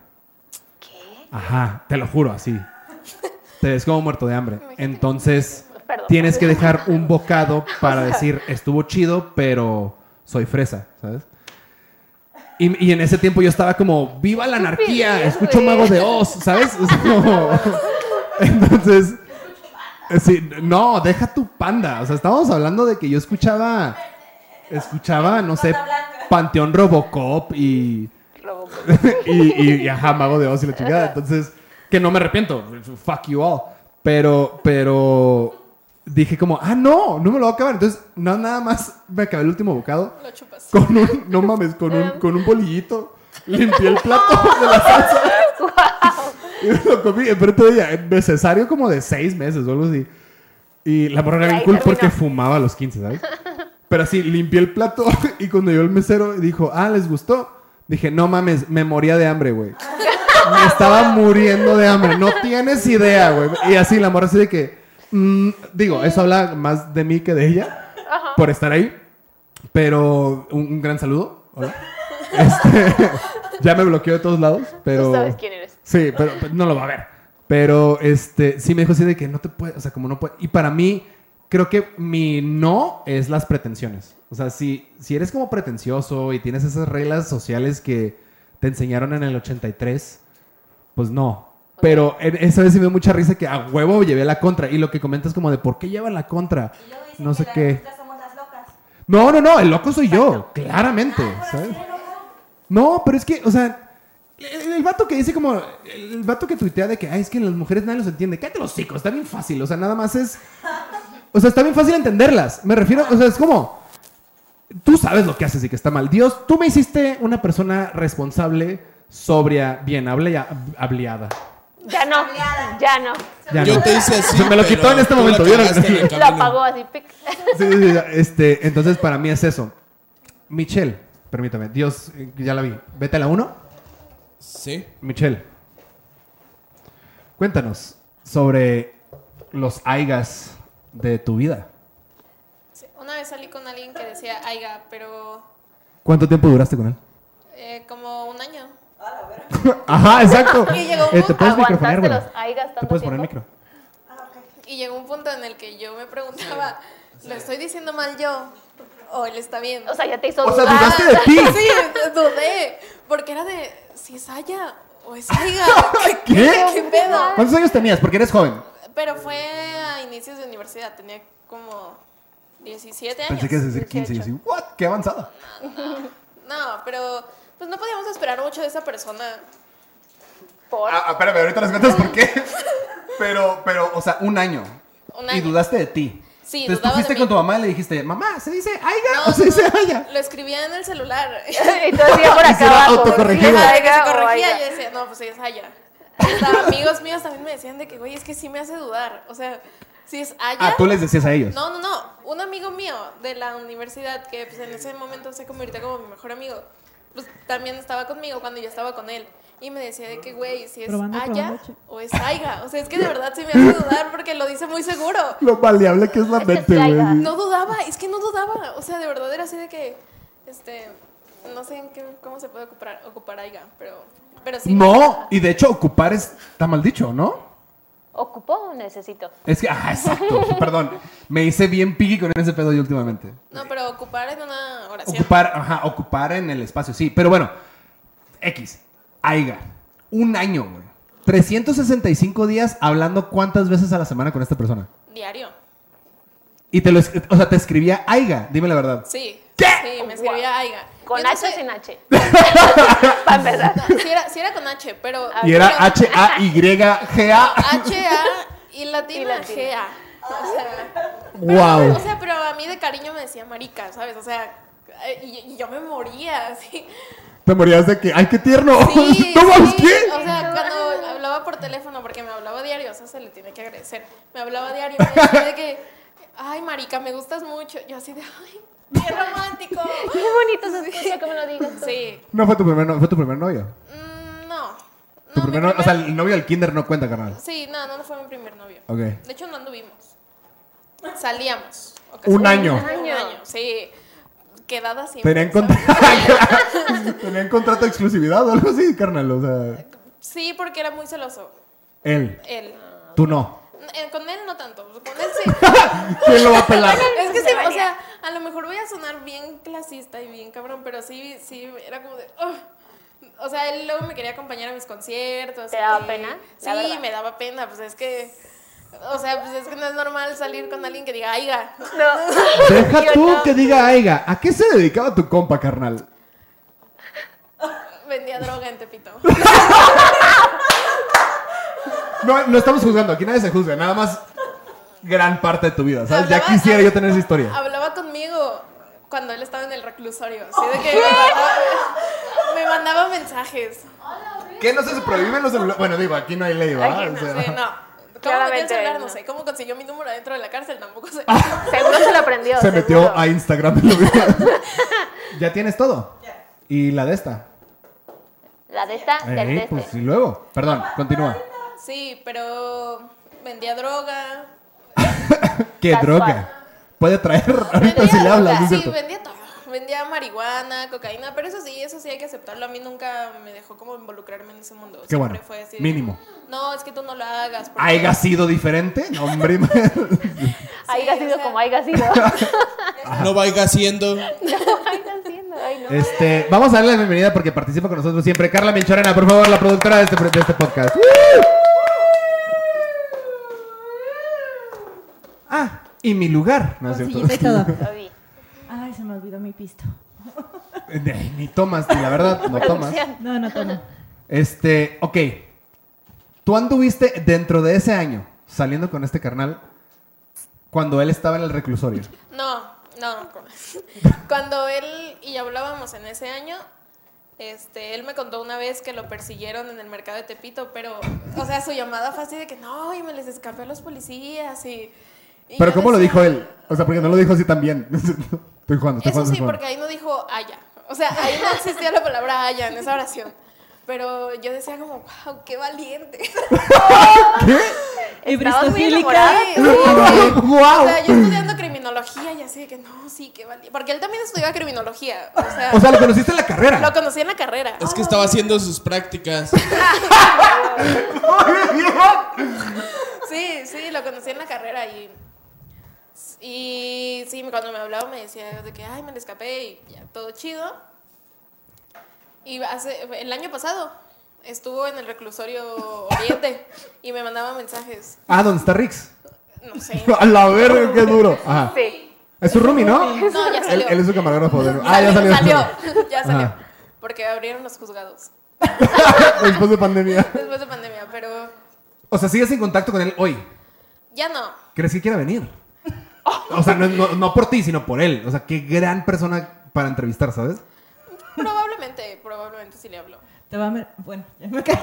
S2: ¿Qué?
S8: Ajá, te lo juro, así. Te ves como muerto de hambre. Entonces,
S2: Perdón.
S8: tienes que dejar un bocado para decir, estuvo chido, pero soy fresa, ¿sabes? Y, y en ese tiempo yo estaba como, viva la anarquía,
S2: Estupidez,
S8: escucho
S2: güey.
S8: Mago de Oz, ¿sabes? Es como- Entonces, sí, no, deja tu panda. O sea, estábamos hablando de que yo escuchaba, escuchaba, no sé, Panteón Robocop y
S2: Robocop.
S8: y, y, y, ajá, mago de Oz y la chingada. Entonces, que no me arrepiento. Fuck you all. Pero, pero dije como, ah, no, no me lo voy a acabar. Entonces, no, nada más me acabé el último bocado
S4: Lo chupas.
S8: con un, no mames, con un,
S2: Eh.
S8: con un bolillito. Limpié el plato de la salsa. Y me lo comí enfrente de
S1: eh,
S8: ella. Necesario como de seis meses o algo así. Y la morra era bien
S2: Ahí
S8: cool
S2: terminó.
S8: porque fumaba a los 15, ¿sabes? Pero así, limpié el plato y cuando llegó el mesero y dijo, ah, ¿les gustó? Dije, no mames, me moría de hambre, güey. Me estaba muriendo de hambre. No tienes idea, güey. Y así, la morra así de que... mm, digo, eso habla más de mí que de ella. Por estar ahí. Pero un, un gran saludo. Hola. Este, ya me bloqueó de todos lados, pero...
S2: Tú sabes quién eres.
S8: Sí, pero, pero no lo va a ver. Pero este, sí me dijo así de que no te puede, o sea, como no puede. Y para mí, creo que mi no es las pretensiones. O sea, si, si eres como pretencioso y tienes esas reglas sociales que te enseñaron en el 83, pues no. Pero en- esa vez sí me dio mucha risa que a huevo llevé la contra. Y lo que comentas como de por qué llevan la contra.
S7: Y luego dicen
S8: No sé
S7: que
S8: qué.
S7: las locas somos las locas.
S8: No, no, no, el loco soy yo, claramente.
S7: Ah, por
S8: ¿sabes?
S7: hacer enojar.
S8: No, pero es que, o sea, el, el vato que dice como, el, el vato que tuitea de que, ay, es que las mujeres nadie los entiende. Cállate los chicos, está bien fácil, o sea, nada más es, o sea, está bien fácil entenderlas. Me refiero, o sea, es como, tú sabes lo que haces y que está mal. Dios, tú me hiciste una persona responsable, sobria, bien hablea- hableada.
S2: Ya no, ya no.
S8: Ya
S3: Yo
S8: no.
S3: te hice así.
S8: Se me lo
S3: pero
S8: quitó en
S3: tú
S8: este
S3: la
S8: momento, ¿vieron?
S3: cagaste en el
S2: Lo
S3: camino.
S2: apagó así, pic.
S8: Sí, sí, sí, este, entonces para mí es eso. Michelle, permítame, Dios, eh, ya la vi. Vete a la 1.
S3: Sí.
S8: Michelle, cuéntanos sobre los aigas de tu vida.
S4: Sí, Una vez salí con alguien que decía Aiga, pero
S8: ¿Cuánto tiempo duraste con él?
S4: eh, como un año.
S8: Ajá, exacto.
S4: Y llegó un
S8: Eh, ¿Te puedes microfonear,
S2: Aguantaste
S8: güey?
S2: los aigas
S8: ¿Te
S2: tanto
S8: puedes
S2: tiempo?
S8: poner micro?
S4: Y llegó un punto en el que yo me preguntaba, ¿lo estoy diciendo mal yo? ¿O él está bien? Ah,
S2: O sea, ya te hizo
S8: O sea,
S2: dudar.
S8: dudaste de ti.
S4: Sí, dudé. Porque era de si es Aya o es Aiga.
S8: ¿Qué?
S4: ¿Qué pedo?
S8: ¿Cuántos años tenías? Porque eres joven.
S4: Pero fue a inicios de universidad, tenía como 17 años.
S8: Pensé que ibas a decir 15 y yo así, ¿what? ¡Qué avanzada!
S4: No, pero pues no podíamos esperar mucho de esa persona.
S2: Por-
S8: Ah, ah, espérame, ahorita les cuentas por qué. Pero, pero, o sea, un año.
S4: Un
S8: Y
S4: año.
S8: dudaste de ti.
S4: Sí,
S8: Entonces tú
S4: dudaba de
S8: fuiste
S4: mí.
S8: con tu mamá y le dijiste, mamá, ¿se dice aiga
S4: No,
S8: o se dice
S4: no,
S8: aiga?
S4: Lo escribía en el celular.
S2: y tú decías por
S8: Y
S2: acá
S8: será
S2: abajo.
S8: autocorregido.
S2: ¿sí?
S4: Cada vez que
S2: Aiga
S4: se
S2: o
S4: corregía,
S2: aiga.
S4: yo decía, no, pues ella es Aya. Hasta amigos míos también me decían de que, güey, es que sí me hace dudar. O sea, si es Aya.
S8: Ah, tú les decías a ellos.
S4: No, no, no. Un amigo mío de la universidad, que pues, en ese momento se convirtió como mi mejor amigo, pues también estaba conmigo cuando yo estaba con él. Y me decía de que, güey, si es
S6: Probando,
S4: Aya
S6: probando, che.
S4: o es Aiga. O sea, es que de verdad sí me hace dudar porque lo dice muy seguro.
S8: Lo maleable que es la
S2: Es que mente, sí, güey. aiga.
S4: No dudaba, es que no dudaba. O sea, de verdad era así de que, este, no sé en qué, cómo se puede ocupar, ocupar Aiga, pero, pero sí.
S8: No, y de hecho ocupar es- está mal dicho, ¿no?
S2: ¿Ocupó o necesito?
S8: Es que, ajá, exacto, perdón. Me hice bien piggy con ese pedo yo últimamente.
S4: No, pero ocupar en una oración.
S8: Ocupar, ajá, ocupar en el espacio, sí. Pero bueno, X, Aiga, un año, güey. 365 días hablando cuántas veces a la semana con esta persona.
S4: Diario.
S8: Y te lo, es- o sea, te escribía Aiga, dime la verdad.
S4: Sí. ¿Qué? Sí, me escribía Aiga.
S2: ¿Con
S4: Yo no
S2: H o
S4: sé-
S2: sin H? Para empezar.
S4: Si era, sí era con H, pero.
S2: Ah,
S8: Y era
S4: pero-
S8: H-A-Y-G-A.
S4: H, A y latina,
S2: Y latina.
S4: G, A. O sea,
S8: ¡Wow!
S4: o sea, pero a mí de cariño me decía marica, ¿sabes? O sea, eh, y, y yo me moría, así.
S8: Te morías de que, ¡ay, qué tierno!
S4: Sí,
S8: ¿No mames,
S4: sí,
S8: qué?
S4: O sea, cuando hablaba por teléfono, porque me hablaba diario, o sea, se le tiene que agradecer. Me hablaba diario, me decía de que, ay, marica, me gustas mucho. Yo así de, ay, qué romántico.
S2: Qué bonito se escucha que me lo digas tú.
S4: Sí,
S8: No fue tu primer, no- fue tu primer novio.
S4: mm, no.
S8: Tu
S4: No, mi
S8: primer novio, o sea,
S4: primer-
S8: el novio del kinder no cuenta, carnal.
S4: Sí, no, no fue mi primer novio.
S8: Ok.
S4: De hecho, no anduvimos. Salíamos.
S8: Un año.
S4: Un año. sí. Quedada siempre.
S8: Tenían,
S4: ¿sabes?
S8: contra- Tenían contrato de exclusividad o algo así, carnal. O sea,
S4: Sí, porque era muy celoso.
S8: él,
S4: Él.
S8: tú no.
S4: Eh, Con él no tanto. Con él sí.
S8: ¿Quién lo va a pelar?
S4: Es que sí, o sea, a lo mejor voy a sonar bien clasista y bien cabrón, pero sí, sí, era como de. "Ugh". O sea, él luego me quería acompañar a mis conciertos.
S2: ¿Te
S4: y-
S2: daba pena? La
S4: Sí,
S2: verdad.
S4: me daba pena, pues es que. O sea, pues es que no es normal salir con alguien que diga, aiga.
S2: No.
S8: Deja
S2: Yo
S8: tú
S2: no.
S8: que diga Aiga. ¿A qué se dedicaba tu compa, carnal?
S4: Vendía droga en Tepito.
S8: No, no estamos juzgando. Aquí nadie se juzga. Nada más gran parte de tu vida, ¿sabes? Ya
S4: Hablaba-
S8: quisiera yo tener esa historia.
S4: Hablaba conmigo cuando él estaba en el reclusorio. Así de que me mandaba, me mandaba mensajes.
S8: ¿Qué no se prohíben los celulares? Bueno, digo, aquí no hay ley, ¿va?
S2: Aquí
S8: O
S4: No
S8: sea,
S4: sé, no. ¿Cómo vendió el
S2: Claramente
S4: celular? No
S2: no.
S4: sé. ¿Cómo consiguió mi número adentro de la cárcel? Tampoco sé.
S8: Ah.
S2: Seguro se lo aprendió.
S8: se metió
S2: seguro.
S8: a Instagram. y lo vio. ya tienes todo. Y la de esta.
S2: La de esta, del de
S8: Ey,
S1: Eh,
S2: este.
S8: pues y luego. Perdón, continúa.
S4: Sí, pero vendía droga.
S8: ¿Qué
S2: Tal
S8: droga?
S2: cual.
S8: Puede traer ahorita si le hablas, ¿no es
S4: sí,
S8: cierto?
S4: vendía todo. Vendía marihuana, cocaína, pero eso sí, eso sí hay que aceptarlo. A mí nunca me dejó como involucrarme en ese mundo.
S8: Qué bueno,
S4: Siempre fue así de,
S8: mínimo.
S4: No, es que tú no lo hagas. porque-
S8: ¿Haiga sido diferente? No, hombre.
S2: Haiga
S4: Sí, o
S2: sido
S4: sea-
S2: como haiga sido.
S3: No vaya haciendo.
S2: No, haiga sido. haciendo? Ay, no.
S1: Este, vamos a darle la bienvenida porque participa con nosotros siempre Carla Minchorena, por favor, la productora de este, de este podcast. Ah, y mi lugar. No, es cierto.
S6: Consillita y todo.
S2: Lo vi.
S6: Ay, se me olvidó mi pisto.
S1: Eh, Ni tomas, ni la verdad, no tomas.
S6: No, no tomo.
S1: Este, ok. Tú anduviste dentro de ese año saliendo con este carnal cuando él estaba en el reclusorio.
S4: No, no. cu- Cuando él y yo hablábamos en ese año, este, él me contó una vez que lo persiguieron en el mercado de Tepito, pero, o sea, su llamada fue así de que no, y me les escapé a los policías y. y
S1: Pero
S4: yo
S1: ¿cómo lo
S4: decía-
S1: dijo él? O sea, porque no lo dijo así también. Estoy jugando, estoy jugando.
S4: Eso sí,
S1: estoy jugando.
S4: porque ahí no dijo haya. O sea, ahí no existía la palabra haya en esa oración. Pero yo decía como, wow, qué valiente.
S2: Estabas muy
S6: Ebristofílica.
S2: enamorada.
S4: Sí, sí, sí.
S1: ¡Guau!
S4: O sea, yo estudiando criminología y así de que no, sí, qué valiente. Porque él también estudiaba criminología. O sea,
S1: O sea, lo conociste en la carrera.
S4: lo conocí en la carrera.
S3: Es que estaba haciendo sus prácticas.
S4: Sí, sí, lo conocí en la carrera y. Y sí, cuando me hablaba me decía de que, ay, me le escapé y ya, todo chido. Y hace, el año pasado estuvo en el reclusorio Oriente y me mandaba mensajes.
S1: Ah, ¿dónde está Rix?
S4: No sé.
S1: A la verga, qué duro. Ajá.
S2: Sí.
S1: Es su roomie, ¿no?
S4: No, ya
S1: Él,
S4: salió.
S1: él es su camarógrafo. de- Ah, ya salió.
S4: ya salió.
S1: Ajá.
S4: Porque abrieron los juzgados
S1: Después de pandemia.
S4: después de pandemia, pero
S1: O sea, sigues en contacto con él hoy.
S4: ya no.
S1: ¿Crees que quiera venir? O sea, no, no- no por ti, sino por él. O sea, qué gran persona para entrevistar, ¿sabes?
S4: Probablemente, probablemente sí le hablo.
S6: Te va a mer- Bueno, ya me callo.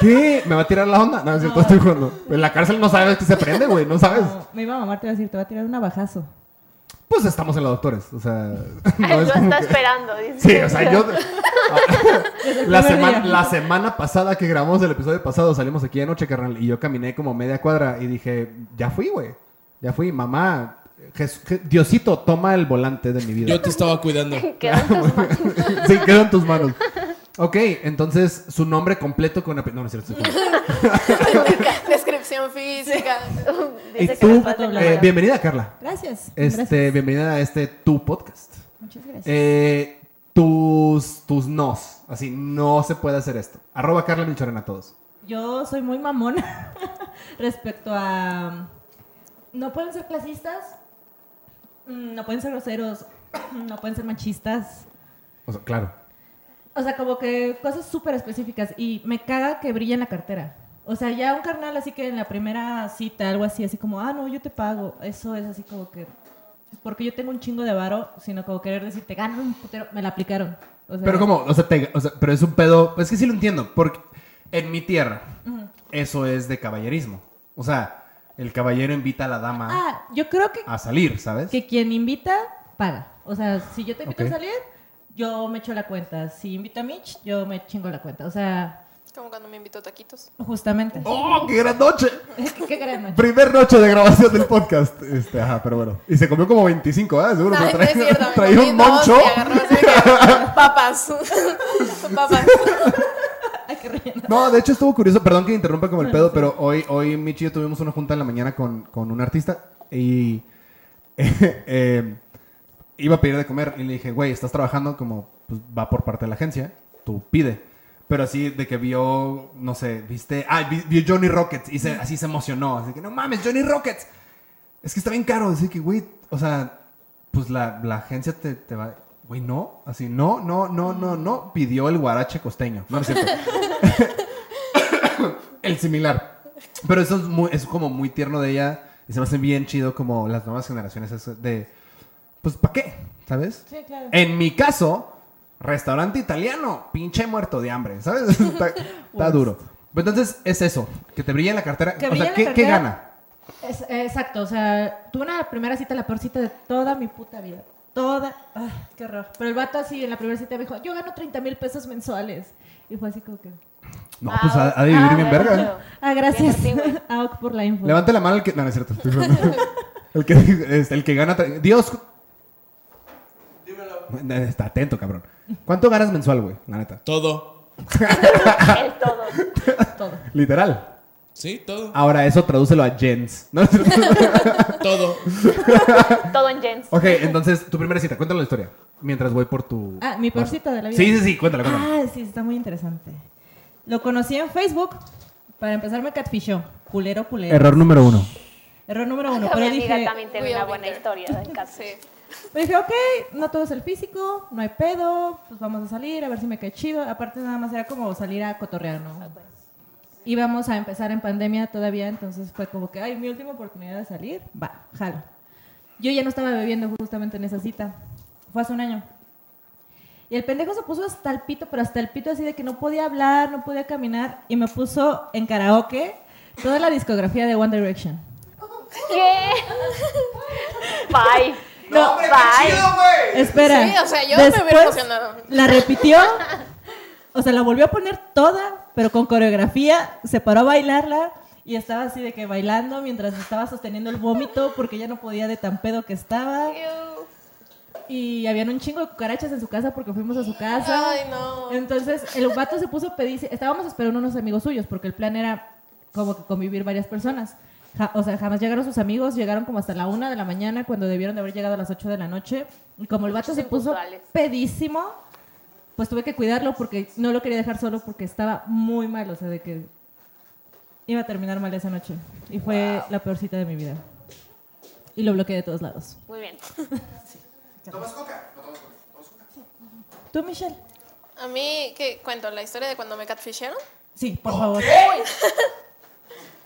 S1: ¿Qué? ¿Me va a tirar la onda? No, es cierto, estoy jugando. En la cárcel no sabes que se prende, güey, no sabes.
S6: No, me iba a mamar, te iba a decir, te va a tirar un navajazo.
S1: Pues estamos en la doctores. O sea, Pues no
S2: Lo
S1: es como
S2: está
S1: que-
S2: esperando. dice.
S1: Sí, o sea, yo.
S6: Desde el
S1: La
S6: primer
S1: semana,
S6: día.
S1: la semana pasada que grabamos el episodio pasado, salimos aquí anoche, carnal, y yo caminé como media cuadra y dije, ya fui, güey. Ya fui, mamá. Jes- Je- Diosito, toma el volante de mi vida.
S3: Yo te estaba cuidando.
S2: Quedó en tus manos.
S1: sí, quedo en tus manos. Ok, entonces su nombre completo con ape- No, no es cierto. estoy jugando.
S4: Descripción física.
S1: y
S2: Dice que
S1: tú,
S2: me pasa
S1: eh,
S2: la mano.
S1: bienvenida, Carla.
S6: Gracias.
S1: Este,
S6: gracias.
S1: bienvenida a este tu podcast.
S6: Muchas gracias.
S1: Eh, tus, tus nos. Así, no se puede hacer esto. Arroba Carla Milchorena a todos.
S6: Yo soy muy mamona respecto a... No pueden ser clasistas, mm, no pueden ser groseros, no pueden ser machistas.
S1: O sea, claro.
S6: O sea, como que cosas súper específicas y me caga que brille en la cartera. O sea, ya un carnal así que en la primera cita, algo así, así como, ah, no, yo te pago. Eso es así como que, porque yo tengo un chingo de varo, sino como querer decirte, gano un putero, me la aplicaron. O sea,
S1: Pero como, o sea, te- o sea, pero es un pedo, es que sí lo entiendo, porque en mi tierra eso es de caballerismo. O sea, el caballero invita a la dama
S6: Ah, yo creo que,
S1: a salir, ¿sabes?
S6: que quien invita, paga. O sea, si yo te invito
S1: Ok.
S6: a salir, yo me echo la cuenta. Si invito a Mitch, yo me chingo la cuenta. O sea,
S4: Como cuando me invitó taquitos.
S6: justamente.
S1: ¡Oh, qué gran noche!
S6: ¿Qué, qué creen, Mitch?
S1: Primer noche de grabación del podcast. Este, ajá, pero bueno. Y se comió como 25, ¿eh? Seguro.
S4: Ay,
S1: porque
S4: no Ah, es cierto, me
S1: traía
S4: comí
S1: un
S4: dos
S1: moncho.
S4: y agarró así de que, Papas. Papas.
S6: Ay, qué relleno.
S1: No, de hecho estuvo curioso, perdón que interrumpa como el pedo, pero hoy, hoy Michi y yo tuvimos una junta en la mañana con, con un artista y eh, iba a pedir de comer y le dije, güey, estás trabajando como pues, va por parte de la agencia, tú pide. Pero así de que vio, no sé, viste, ah, vi- vio Johnny Rockets y se- así se emocionó, así que no mames, Johnny Rockets. Es que está bien caro, así que, güey, o sea, pues la, la agencia te, te va, güey, no, así, no, no, no, no, no, pidió el guarache costeño, no, no es cierto. el similar. Pero eso es, muy- es como muy tierno de ella y se me hace bien chido como las nuevas generaciones es de, pues, ¿para qué? ¿Sabes?
S6: Sí, claro.
S1: En mi caso, restaurante italiano, pinche muerto de hambre, ¿sabes? está, está duro. Pero entonces es eso, que te brille en la cartera.
S6: Pues. Que
S1: o
S6: brille
S1: sea,
S6: en la
S1: ¿qué, qué
S6: cartera.
S1: gana?
S6: Es- exacto, o sea, tuve una primera cita, la peor cita de toda mi puta vida. Toda. Ay, qué horror. Pero el vato así en la primera cita me dijo, yo gano 30 mil pesos mensuales. Y fue así como que.
S1: No,
S2: Ah,
S1: pues ha, ha de vivir
S2: ah,
S1: bien
S2: bueno.
S1: verga. ¿eh?
S6: Ah, gracias.
S2: Bien por ti, güey.
S6: Aok por la info.
S1: Levante la mano el que. No, no es cierto. estoy jugando. el, que, este, el que gana. tre- Dios. Dímelo. Está atento, cabrón. ¿Cuánto ganas mensual, güey? La neta.
S3: Todo.
S2: El todo.
S6: todo.
S1: Literal.
S3: Sí, todo.
S8: Ahora, eso tradúcelo a gens. ¿no?
S3: Todo.
S2: Todo en Jens.
S8: ok, entonces, tu primera cita, cuéntale la historia. Mientras voy por tu...
S6: Ah, mi peor cita de la vida.
S8: Sí, sí, sí, cuéntala, cuéntala.
S6: Ah, sí, está muy interesante. Lo conocí en Facebook. Para empezar, me catfishó. Culero, culero.
S1: Ah, Error número uno.
S6: Error número uno.
S2: Acá
S6: Pero
S2: mi amiga
S6: dije,
S2: también tiene
S4: Voy a
S2: una buena
S4: Tinder.
S2: historia en casa.
S4: Sí.
S6: Pero dije, ok, no todo es el físico, no hay pedo, pues vamos a salir, a ver si me cae chido. Aparte, nada más era como salir a cotorrear,
S4: Ah,
S6: ¿no?
S4: pues.
S6: Íbamos a empezar en pandemia todavía, entonces fue como que, ay, mi última oportunidad de salir, va, jalo. Yo ya no estaba bebiendo justamente en esa cita, fue hace un año. Y el pendejo se puso hasta el pito, pero hasta el pito así de que no podía hablar, no podía caminar, y me puso en karaoke toda la discografía de One Direction.
S2: ¿Qué? Bye.
S6: No,
S2: hombre, bye.
S6: Espera.
S4: Sí, o sea, yo me hubiera
S6: Después,
S4: emocionado.
S6: La repitió. O sea, la volvió a poner toda, pero con coreografía. Se paró a bailarla y estaba así de que bailando mientras estaba sosteniendo el vómito porque ya no podía de tan pedo que estaba.
S4: Ew.
S6: Y habían un chingo de cucarachas en su casa porque fuimos a su casa.
S4: Ay, no.
S6: Entonces, el vato se puso pedice. Estábamos esperando unos amigos suyos porque el plan era como que convivir varias personas. Ja- o sea, jamás llegaron sus amigos, llegaron como hasta la una de la mañana cuando debieron de haber llegado a las 8 de la noche. Y como el vato se puso
S2: Puntuales.
S6: pedísimo, pues tuve que cuidarlo porque no lo quería dejar solo porque estaba muy mal, o sea, de que iba a terminar mal esa noche. Y fue la peor cita de mi vida. Y lo bloqueé de todos lados.
S2: Muy bien.
S6: ¿Tú, Michelle?
S4: A mí, ¿qué cuento? ¿La historia de cuando me catfisharon?
S6: Sí, por favor.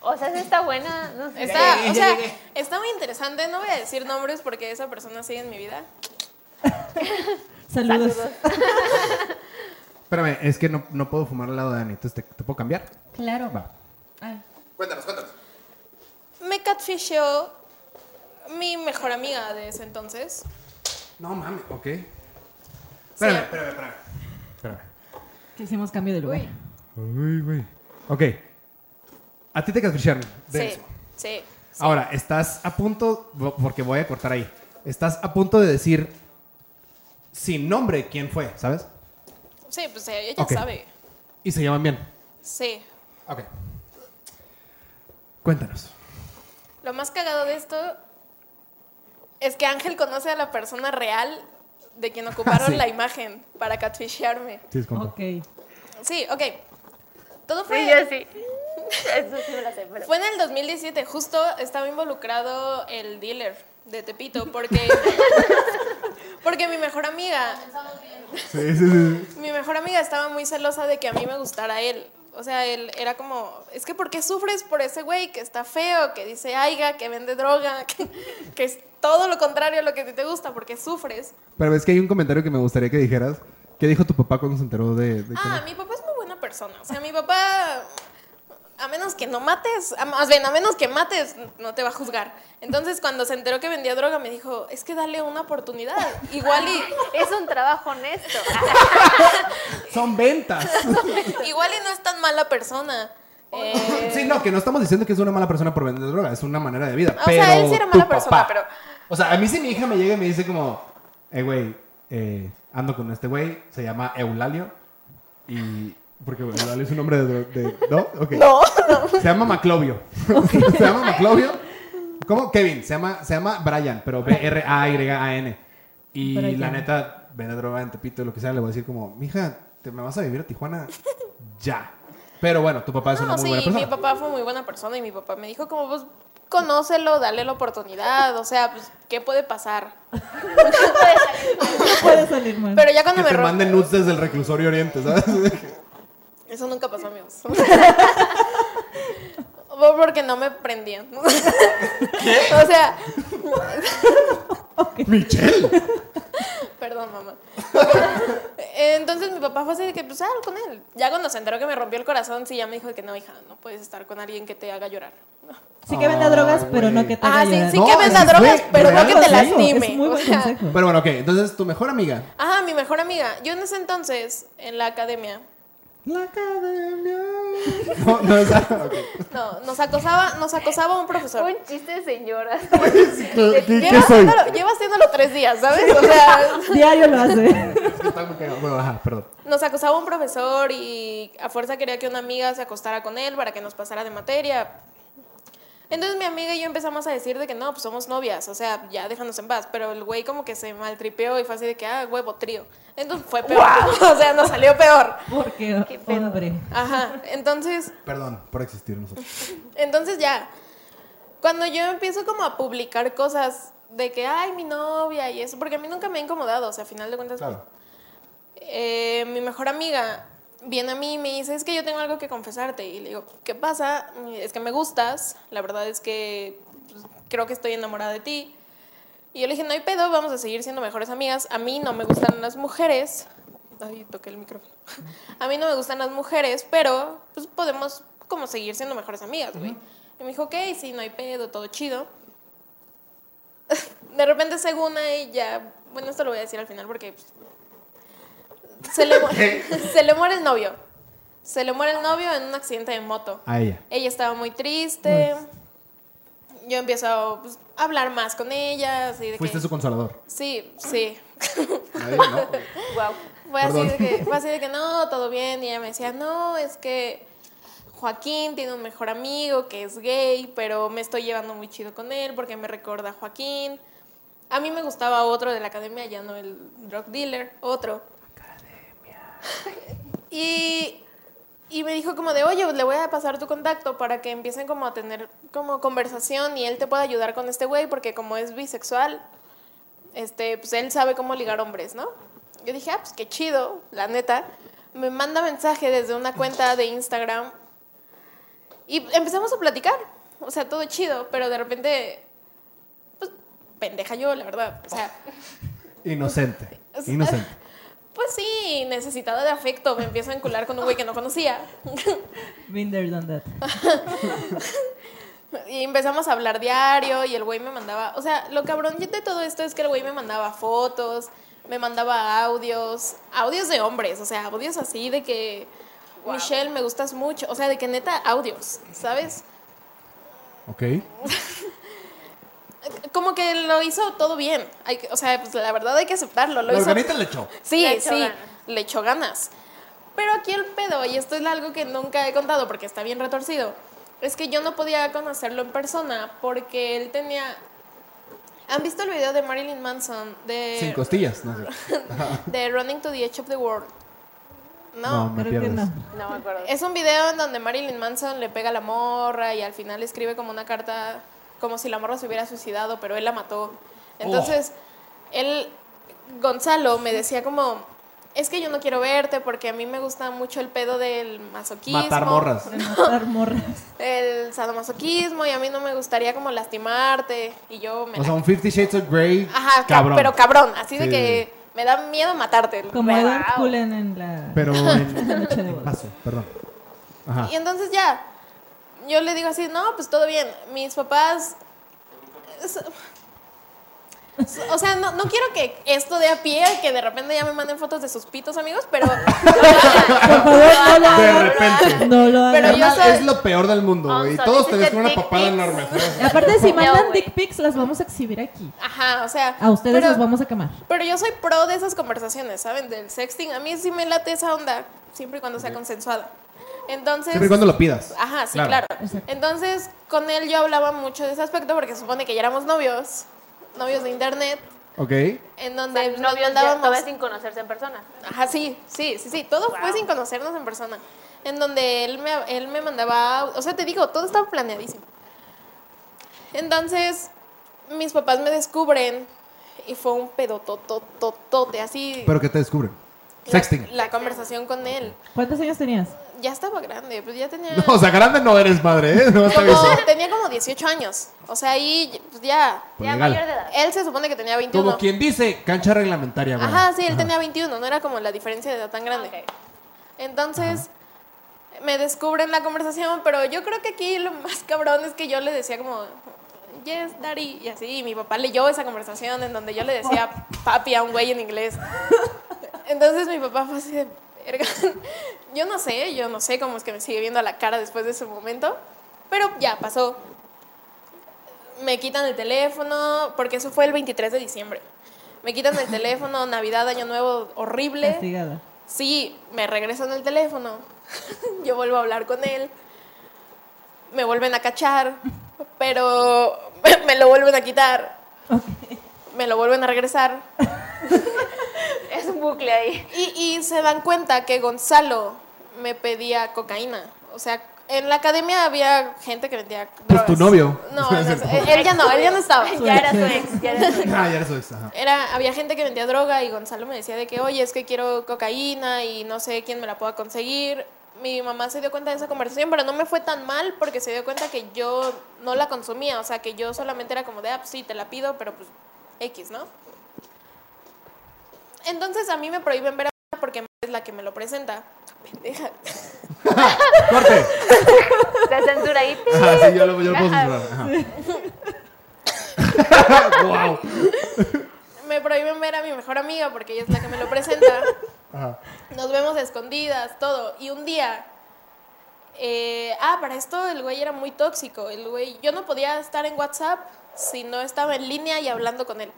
S2: O sea, esa está buena. No sé.
S4: Está, o sea, está muy interesante. No voy a decir nombres porque esa persona sigue en mi vida.
S6: Saludos.
S8: Espérame, es que no, no puedo fumar al lado de Dani, entonces ¿te, te puedo cambiar?
S6: Claro.
S8: Va.
S6: Ay.
S8: Cuéntanos, cuéntanos.
S4: Me catfisheó mi mejor amiga de ese entonces.
S8: No mames, ok.
S4: Sí.
S8: Espérame, espérame, espérame. Espérame.
S6: Que hicimos cambio de lugar.
S8: Uy, güey. Ok. A ti te catfisharon.
S4: Sí,
S8: denso.
S4: sí.
S8: Ahora, estás a punto, bo- porque voy a cortar ahí, estás a punto de decir sin nombre quién fue, ¿sabes?
S4: Sí, pues eh, ella
S8: Ok.
S4: sabe.
S8: Y se llaman bien.
S4: Sí.
S8: Ok. Cuéntanos.
S4: Lo más cagado de esto es que Ángel conoce a la persona real de quien ocuparon
S8: sí.
S4: la imagen para catfishearme.
S8: Sí, es como...
S6: Ok.
S4: Sí, ok. Todo fue...
S2: Sí, yo sí. Eso sí me la sé, pero.
S4: Fue en el 2017, justo estaba involucrado el dealer de Tepito, porque, porque mi mejor amiga,
S8: Sí, sí, sí.
S4: mi mejor amiga estaba muy celosa de que a mí me gustara él. O sea, él era como, es que ¿por qué sufres por ese güey que está feo, que dice aiga, que vende droga, que, que es todo lo contrario a lo que a ti te gusta, porque sufres?
S8: Pero es que hay un comentario que me gustaría que dijeras. ¿Qué dijo tu papá cuando se enteró de, de que-
S4: Ah, mi papá es muy buena persona. O sea, mi papá, a menos que no mates, a- más bien, a menos que mates, no te va a juzgar. Entonces, cuando se enteró que vendía droga, me dijo, es que dale una oportunidad. Igual y,
S2: Es un trabajo honesto.
S4: Ah,
S8: Son ventas.
S4: igual y no es tan mala persona. Eh,
S8: Sí, no, que no estamos diciendo que es una mala persona por vender droga, es una manera de vida.
S4: O sea,
S8: pero
S4: él sí era
S8: tu
S4: mala persona,
S8: papá-
S4: pero-
S8: O sea, a mí si mi hija me llega y me dice como, eh, güey, eh, ando con este güey, se llama Eulalio, y... Porque Eulalio es un nombre de... dro- de- ¿No? Ok.
S4: No,
S8: Se llama Maclovio. se llama Maclovio. ¿Cómo? Kevin. Se llama, se llama Brian, pero B-R-A-Y-A-N. Y
S6: Brian.
S8: la neta, vende droga en Tepito, lo que sea, le voy a decir como, mija, te me vas a vivir a Tijuana ya. Pero bueno, tu papá es una
S4: no,
S8: muy
S4: sí,
S8: buena
S4: mi
S8: persona.
S4: papá fue muy buena persona y mi papá me dijo como, pues, conócelo, dale la oportunidad, o sea, pues, ¿qué puede pasar?
S6: No puede salir mal.
S4: Pero ya cuando
S8: Mm. Que
S4: me
S8: te
S4: ro-
S8: manden nudes desde el reclusorio oriente, ¿sabes?
S4: Eso nunca pasó, amigos. Porque no me prendían. O sea,
S8: ¡Michelle!
S4: perdón, mamá. Entonces mi papá fue así de que, pues, algo con él. Ya cuando se enteró que me rompió el corazón, sí, ya me dijo que no, hija, no puedes estar con alguien que te haga llorar.
S6: Sí que venda drogas, pero no que te haga
S4: Ah, sí,
S6: llorar.
S4: sí
S8: No,
S4: que venda
S8: es que
S4: drogas,
S8: fue
S4: pero no
S8: real,
S4: que te
S8: sí.
S4: lastime.
S6: Es muy
S4: O
S6: buen
S4: sea,
S6: consejo.
S8: Pero bueno, ok, entonces tu mejor amiga.
S4: Ajá, mi mejor amiga. Yo en ese entonces, en la academia,
S8: La academia.
S1: No, no, esa- ok.
S4: No, nos acosaba, nos acosaba un profesor.
S2: Un chiste de señoras.
S1: ¿Qué, qué soy?
S4: Lleva haciéndolo, lleva haciéndolo tres días, ¿sabes? O sea,
S6: Diario lo hace.
S8: Es que está muy cagado. Bueno, ajá, perdón.
S4: nos acosaba un profesor y a fuerza quería que una amiga se acostara con él para que nos pasara de materia. Entonces mi amiga y yo empezamos a decir de que no, pues somos novias, o sea, ya déjanos en paz. Pero el güey como que se maltripeó y fue así de que, ah, huevo, trío. Entonces fue peor, o sea, nos salió peor.
S6: Porque,
S2: Qué pedo.
S6: hombre.
S4: Ajá, entonces
S8: Perdón por existir nosotros.
S4: Entonces ya, cuando yo empiezo como a publicar cosas de que, ay, mi novia y eso, porque a mí nunca me ha incomodado, o sea, a final de cuentas,
S8: Claro.
S4: eh, mi mejor amiga viene a mí y me dice, es que yo tengo algo que confesarte, y le digo, ¿qué pasa? Es que me gustas, la verdad es que pues, creo que estoy enamorada de ti. Y yo le dije, no hay pedo, vamos a seguir siendo mejores amigas. A mí no me gustan las mujeres. Ay, toqué el micrófono. A mí no me gustan las mujeres, pero pues podemos como seguir siendo mejores amigas, güey. Y me dijo, ok, sí, no hay pedo, todo chido. De repente, según ella, bueno, esto lo voy a decir al final porque pues, se, le, mu- se le muere el novio. Se le muere el novio en un accidente de moto.
S1: A ella.
S4: Ella estaba muy triste. Yo empiezo pues, a hablar más con ella. Así de
S8: Fuiste
S4: que,
S8: su consolador.
S4: Sí, sí.
S8: Ahí, ¿no?
S2: Wow.
S4: Fue así,
S8: Perdón.
S4: de que, fue así de que no, todo bien. Y ella me decía, no, es que Joaquín tiene un mejor amigo que es gay, pero me estoy llevando muy chido con él porque me recuerda a Joaquín. A mí me gustaba otro de la academia, ya no el drug dealer, otro. Y, y me dijo como de, oye, pues, le voy a pasar tu contacto para que empiecen como a tener como conversación y él te pueda ayudar con este güey porque como es bisexual, este, pues él sabe cómo ligar hombres, ¿no? Yo dije, ah, pues qué chido, la neta. Me manda mensaje desde una cuenta de Instagram y empezamos a platicar. O sea, todo chido, pero de repente, pues pendeja yo, la verdad. O sea,
S8: Inocente.
S4: Es-
S8: Inocente.
S4: pues sí, necesitada de afecto, me empiezo a encular con un güey que no conocía.
S6: Been there, done that.
S4: Y empezamos a hablar diario y el güey me mandaba, o sea, lo cabrón de todo esto es que el güey me mandaba fotos, me mandaba audios, audios de hombres, o sea, audios así de que, Michelle, me gustas mucho, o sea, de que neta, audios, ¿sabes?
S8: Ok.
S4: Como que lo hizo todo bien, hay que- o sea, pues la verdad hay que aceptarlo, lo
S8: La
S4: hizo
S8: organita le echó.
S4: Sí,
S2: Le echó
S4: sí,
S2: ganas.
S4: le echó ganas. Pero aquí el pedo, y esto es algo que nunca he contado porque está bien retorcido, es que yo no podía conocerlo en persona porque él tenía... ¿Han visto el video de Marilyn Manson
S8: Sin
S4: de,
S8: costillas. No sé.
S4: de Running to the Edge of the World?
S8: No,
S4: No.
S8: me
S6: Creo que
S8: pierdes.
S6: no.
S2: No me acuerdo.
S4: Es un video en donde Marilyn Manson le pega a la morra y al final escribe como una carta, como si la morra se hubiera suicidado, pero él la mató. Entonces, él, Gonzalo, me decía como, es que yo no quiero verte porque a mí me gusta mucho el pedo del masoquismo.
S8: Matar morras.
S6: Para matar morras.
S4: El sadomasoquismo y a mí no me gustaría como lastimarte. Y yo me...
S8: O
S4: la-
S8: sea, un Fifty Shades of Grey.
S4: Ajá, ca-
S8: cabrón.
S4: pero cabrón, así de
S8: Sí.
S4: que me da miedo matarte.
S6: Como
S4: ¿verdad?
S6: Edward Cullen en la
S8: Pero en,
S6: noche de
S8: en
S6: bodas.
S8: paso, perdón.
S1: Ah.
S8: Ajá.
S4: Y entonces ya, yo le digo así, no, pues todo bien. Mis papás... es- O sea, no, no quiero que esto dé a pie, que de repente ya me manden fotos de sus pitos, amigos, pero...
S6: Por favor, no lo
S8: De
S6: hagan.
S8: repente.
S6: No lo hagan.
S4: Pero yo
S8: Carnal,
S4: soy-
S8: Es lo peor del mundo,
S2: Oh,
S8: güey. Y
S2: sorry,
S8: todos te
S2: hiciste
S8: ves con una
S2: dick
S8: papada
S2: pics.
S8: enorme.
S6: Y Aparte, si
S2: No,
S6: mandan
S2: güey.
S6: dick pics, las vamos a exhibir aquí.
S4: Ajá, o sea...
S6: A ustedes
S4: pero-
S6: los vamos a quemar.
S4: Pero yo soy pro de esas conversaciones, ¿saben? Del sexting. A mí sí me late esa onda, siempre y cuando sea consensuada. Entonces...
S8: Siempre y cuando lo pidas.
S4: Ajá, sí,
S8: Claro.
S4: claro.
S6: Exacto.
S4: Entonces, con él yo hablaba mucho de ese aspecto porque se supone que ya éramos novios, novios de internet,
S8: Ok.
S4: en
S2: O
S4: donde
S2: sea,
S4: nos
S2: novios ya
S4: mandábamos...
S2: todavía sin conocerse en persona.
S4: Ajá, sí, sí, sí, sí. Todo fue
S2: Wow.
S4: sin conocernos en persona. En donde él me, él me mandaba. O sea, te digo, todo estaba planeadísimo. Entonces, mis papás me descubren y fue un pedotototote, así.
S8: Pero que te descubren.
S4: la-
S8: Sexting.
S4: La conversación con él.
S6: ¿Cuántos años tenías?
S4: Ya estaba grande, pues ya tenía.
S8: No, o sea, grande no eres madre, ¿eh? No está bien.
S4: como- tenía como 18 años. O sea, ahí pues, ya.
S8: Pues
S2: ya
S8: legal.
S2: mayor de edad.
S4: Él se supone que tenía 21.
S8: Como quien dice, cancha reglamentaria, güey.
S4: Ajá, sí, él tenía 21, no era como la diferencia de edad tan grande.
S2: Ok.
S4: Entonces, me descubren la conversación, pero yo creo que aquí lo más cabrón es que yo le decía como, yes, daddy, y así, y mi papá leyó esa conversación en donde yo le decía papi a un güey en inglés. Entonces mi papá fue así de, "Verga". Yo no sé, yo no sé cómo es que me sigue viendo a la cara después de ese momento, pero ya pasó. Me quitan el teléfono, porque eso fue el 23 de diciembre. Me quitan el teléfono, Navidad, Año Nuevo, horrible.
S6: Castigada.
S4: Sí, me regresan el teléfono. Yo vuelvo a hablar con él. Me vuelven a cachar, pero me lo vuelven a quitar. Me lo vuelven a regresar.
S2: Es un bucle ahí.
S4: Y, y se dan cuenta que Gonzalo me pedía cocaína. O sea, en la academia había gente que vendía
S8: Pues
S4: drogas.
S8: tu novio.
S4: No, no, no, él, él ya no, él ya no estaba.
S2: Ya era su ex, ya era su ex.
S8: Ah, ya eso es. Ajá.
S4: Era, había gente que vendía droga y Gonzalo me decía de que, oye, es que quiero cocaína y no sé quién me la pueda conseguir. Mi mamá se dio cuenta de esa conversación, pero no me fue tan mal porque se dio cuenta que yo no la consumía, o sea, que yo solamente era como de, ah, pues sí, te la pido, pero pues X, ¿no? Entonces a mí me prohíben ver a porque es la que me lo presenta. Pendeja.
S8: ¡Corte!
S2: La censura ahí.
S8: Ajá, Ah, sí, yo lo, yo lo puedo censurar. Ajá. wow.
S4: Me prohíben ver a mi mejor amiga porque ella es la que me lo presenta. Nos vemos a escondidas, todo. Y un día. eh, ah, para esto el güey era muy tóxico. El güey, yo no podía estar en WhatsApp si no estaba en línea y hablando con él.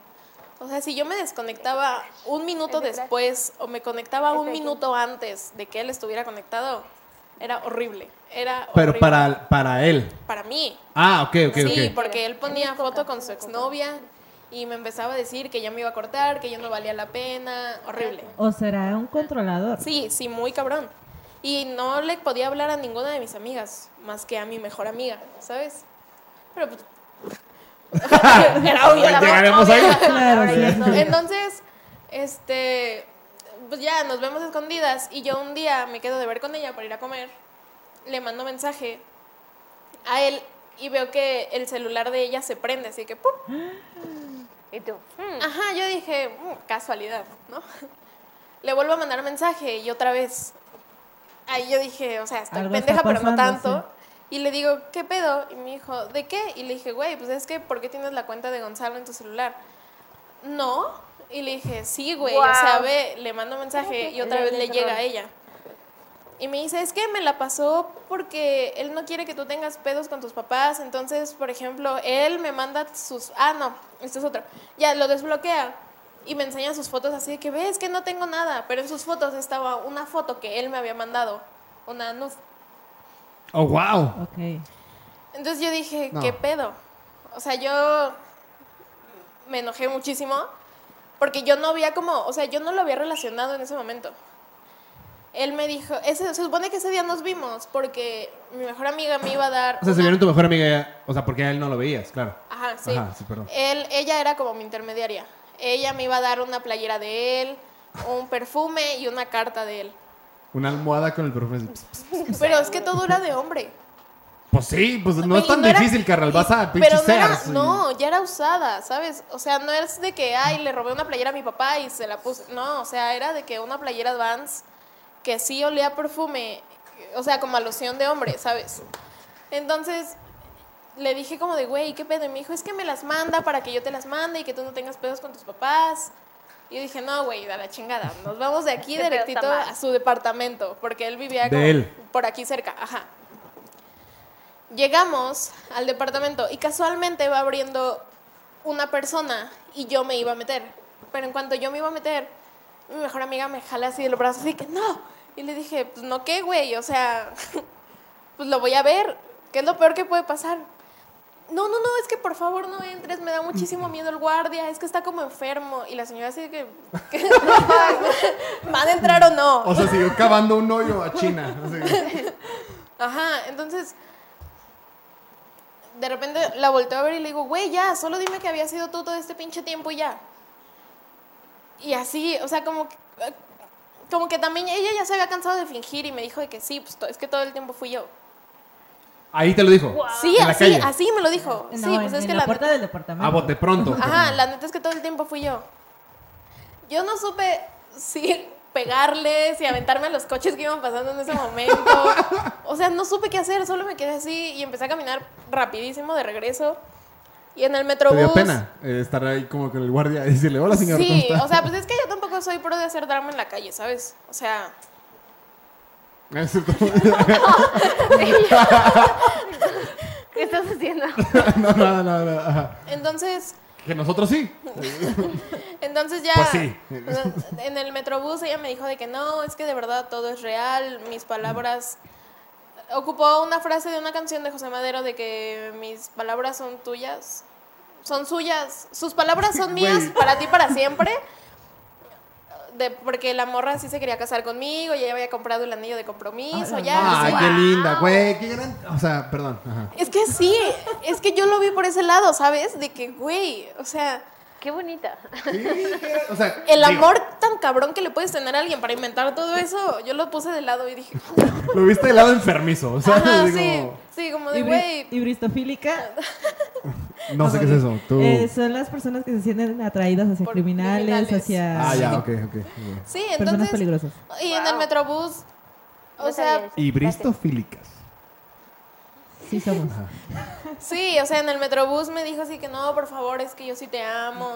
S4: O sea, si yo me desconectaba un minuto después o me conectaba un minuto antes de que él estuviera conectado, era horrible. Era
S8: Pero
S4: horrible
S8: para, para él.
S4: para mí.
S8: Ah, ok, ok,
S4: Sí,
S8: ok.
S4: porque él ponía foto con su exnovia y me empezaba a decir que ya me iba a cortar, que yo no valía la pena, horrible.
S6: O será un controlador.
S4: Sí, sí, muy cabrón. Y no le podía hablar a ninguna de mis amigas, más que a mi mejor amiga, ¿sabes? Pero pues, era obvio la
S8: Llegaremos ahí.
S6: Claro,
S2: Ahora
S6: sí.
S2: ya no.
S4: entonces, este, pues ya nos vemos escondidas y yo un día me quedo de ver con ella para ir a comer. Le mando mensaje a él y veo que el celular de ella se prende, así que ¡pum!
S2: Y tú. mm,
S4: Ajá, yo dije, "Mm, casualidad, ¿no? Le vuelvo a mandar mensaje y otra vez. Ahí yo dije, o sea, estoy
S6: Algo está
S4: pendeja, pero no
S6: pasando,
S4: tanto. Y le digo, ¿qué pedo? Y me dijo, ¿de qué? Y le dije, güey, pues es que, ¿por qué tienes la cuenta de Gonzalo en tu celular? No. Y le dije, sí, güey, o sea,
S2: Guau.
S4: ve, le mando mensaje y otra
S2: Le-
S4: vez
S2: le
S4: le
S2: entró.
S4: llega a ella. Y me dice, es que me la pasó porque él no quiere que tú tengas pedos con tus papás. Entonces, por ejemplo, él me manda sus... Ah, no, este es otro. Ya, lo desbloquea. Y me enseña sus fotos así de que, ves que no tengo nada. Pero en sus fotos estaba una foto que él me había mandado. Una nud.
S8: Oh, wow.
S6: Ok.
S4: Entonces yo dije,
S1: No.
S4: ¿qué pedo? O sea, yo me enojé muchísimo porque yo no había como, o sea, yo no lo había relacionado en ese momento. Él me dijo, ese, se supone que ese día nos vimos porque mi mejor amiga me iba a dar...
S8: O sea, se
S4: una-
S8: vieron tu mejor amiga, o sea, porque a él no lo veías, claro.
S4: Ajá, sí.
S8: Ajá, sí, perdón.
S4: Él, ella era como mi intermediaria. Ella me iba a dar una playera de él, un perfume y una carta de él.
S8: Una almohada con el perfume. así, pss, pss.
S4: Pero es que todo era de hombre.
S8: Pues sí, pues no es
S4: Y
S8: tan
S4: era-
S8: difícil, carnal. Vas
S4: y-
S8: a pinche
S4: Pero no, era-
S8: Sears y-
S4: no, ya era usada, ¿sabes? O sea, no es de que, ay, le robé una playera a mi papá y se la puse. No, o sea, era de que una playera Vans que sí olía a perfume, o sea, como a loción de hombre, ¿sabes? Entonces le dije como de, güey, ¿qué pedo? Y me dijo, es que me las manda para que yo te las mande y que tú no tengas pedos con tus papás. Y yo dije, no, güey, a la chingada. Nos vamos de aquí
S2: Ese pedo está
S4: directito
S2: mal.
S4: a su departamento, porque él vivía
S8: De
S4: como
S8: él.
S4: por aquí cerca, ajá. Llegamos al departamento y casualmente va abriendo una persona y yo me iba a meter. Pero en cuanto yo me iba a meter, mi mejor amiga me jala así del brazo, así que no. Y le dije, pues no, ¿qué, güey? O sea, pues lo voy a ver. ¿Qué es lo peor que puede pasar? No, no, no, es que por favor no entres, me da muchísimo miedo el guardia, es que está como enfermo. Y la señora así de que, que- ¿van a entrar o no?
S8: O sea, siguió cavando un hoyo a China. así.
S4: Ajá, entonces de repente la volteo a ver y le digo, güey, ya, solo dime que había sido tú todo este pinche tiempo y ya. Y así, o sea, como que, como que también ella ya se había cansado de fingir y me dijo de que sí, pues to- es que todo el tiempo fui yo.
S8: Ahí te lo dijo.
S4: Sí,
S8: En la
S4: así,
S8: calle.
S4: así me lo dijo.
S6: No,
S4: sí,
S6: en-
S4: pues es
S6: en
S4: que
S6: la
S4: la,
S6: puerta del departamento.
S8: A bote pronto.
S4: Ajá, la neta es que todo el tiempo fui yo. Yo no supe si pegarles y aventarme a los coches que iban pasando en ese momento. O sea, no supe qué hacer, solo me quedé así y empecé a caminar rapidísimo de regreso. Y en el
S8: Te
S4: metrobús...
S8: dio pena eh, estar ahí como con el guardia y decirle, hola, señor. ¿cómo
S4: Sí,
S8: está?"
S4: o sea, pues es que yo tampoco soy pro de hacer drama en la calle, ¿sabes? O sea,
S1: Es cierto.
S2: ¿Qué estás haciendo?
S1: no, no, no, no, ajá.
S4: Entonces,
S8: Que nosotros sí.
S4: entonces ya
S8: Pues sí.
S4: en el metrobús ella me dijo de que no, es que de verdad todo es real, mis palabras ocupó una frase de una canción de José Madero de que mis palabras son tuyas, son suyas, sus palabras son mías
S1: Güey.
S4: para ti para siempre. De, porque la morra sí se quería casar conmigo, y ella había comprado el anillo de compromiso, ya.
S1: Ay,
S4: sí.
S1: qué linda, güey. Qué gran. O sea, perdón. Ajá.
S4: Es que sí, es que yo lo vi por ese lado, ¿sabes? De que, güey, o sea,
S2: Qué bonita.
S1: Sí, qué- o sea,
S4: el
S1: digo,
S4: amor tan cabrón que le puedes tener a alguien para inventar todo eso, yo lo puse de lado y dije,
S8: Lo viste del lado enfermizo. O sea,
S4: ajá,
S8: digo,
S4: sí, sí, como de,
S6: Hibri-
S4: güey,
S6: Hibristofílica.
S1: No sé qué es eso. Tú.
S6: Eh, son las personas que se sienten atraídas hacia
S4: Por
S6: criminales,
S4: criminales.
S6: hacia
S1: Ah, ya, ok, ok. ok.
S4: sí,
S6: personas
S4: entonces,
S6: peligrosas.
S4: y en el
S2: Wow.
S4: metrobús, o
S2: No sabía
S4: sea,
S2: eso.
S1: Hibristofílicas.
S6: Sí somos.
S4: sí, o sea, en el metrobús me dijo así que, no, por favor, es que yo sí te amo.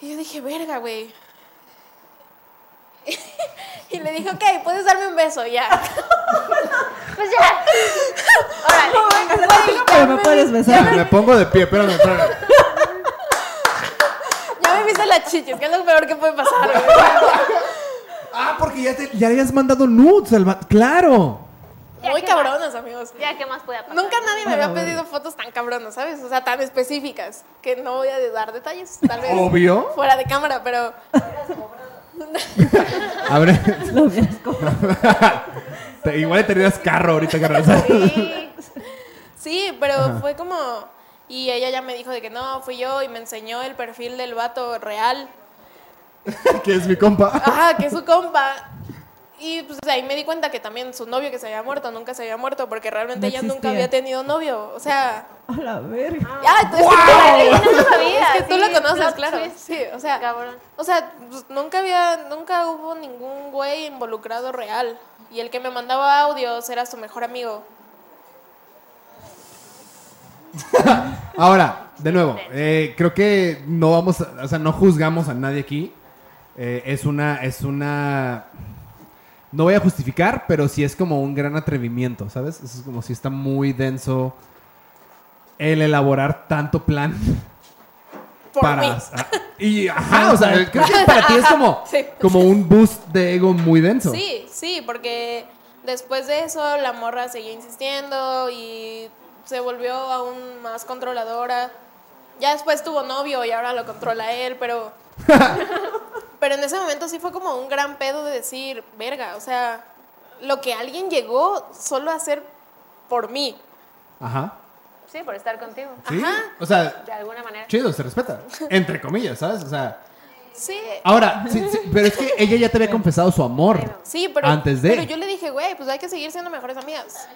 S4: Y yo dije, verga, güey. Y le dije, ok, puedes darme un beso, ya.
S2: Pues ya. Órale.
S6: Pero me puedes besar.
S1: Me pongo de pie, espérame, espérame.
S4: Ya me viste las chichis, que es lo peor que puede pasar, güey.
S1: Ah, porque ya, te, ya le has mandado nudes al vato. ¡Claro!
S2: Ya,
S4: Muy
S2: ¿qué más?
S4: cabronas, amigos.
S2: Ya, ¿qué más puede pasar?
S4: Nunca nadie me había pedido fotos tan cabronas, ¿sabes? O sea, tan específicas, que no voy a dar detalles, tal vez.
S1: Obvio.
S4: Fuera de cámara, pero
S1: A ver,
S6: Lo hubieras comprado.
S8: te- igual te tenías carro ahorita, carnal.
S2: Sí.
S4: sí, pero fue como... Y ella ya me dijo de que no, fui yo y me enseñó el perfil del vato real.
S1: que es mi compa.
S4: Ajá, que es su compa. Y pues ahí me di cuenta que también su novio que se había muerto nunca se había muerto porque realmente
S6: No
S4: ella nunca
S6: existía.
S4: había tenido novio. O sea,
S6: A la verga.
S4: ya, entonces-
S2: Ay, no lo sabía.
S4: Es que tú
S2: sí,
S4: lo conoces,
S2: plot
S4: claro.
S2: twist.
S4: Sí, o sea,
S2: Cabrón.
S4: O sea, pues, nunca había, nunca hubo ningún güey involucrado real. Y el que me mandaba audios era su mejor amigo.
S1: Ahora, de nuevo, eh, creo que no vamos, a- o sea, no juzgamos a nadie aquí. Eh, es una, es una, no voy a justificar, pero sí es como un gran atrevimiento, ¿sabes? Es como si está muy denso el elaborar tanto plan
S4: Por
S1: para,
S4: mí.
S1: ah, y ajá, o sea, creo que para ti es como,
S4: Sí.
S1: como un boost de ego muy denso.
S4: Sí, sí, porque después de eso la morra seguía insistiendo y se volvió aún más controladora. Ya después tuvo novio y ahora lo controla él, pero... pero en ese momento sí fue como un gran pedo de decir, verga, o sea, lo que alguien llegó solo a hacer por mí.
S1: Ajá.
S2: Sí, por estar contigo. Ah,
S1: Sí.
S4: Ajá.
S1: O sea,
S2: De alguna manera.
S1: chido, se respeta, entre comillas, ¿sabes? O sea,
S4: Sí,
S1: ahora, sí, sí, pero es que ella ya te había confesado su amor.
S4: Sí, pero,
S1: Antes de.
S4: pero yo le dije, güey, pues hay que seguir siendo mejores amigas.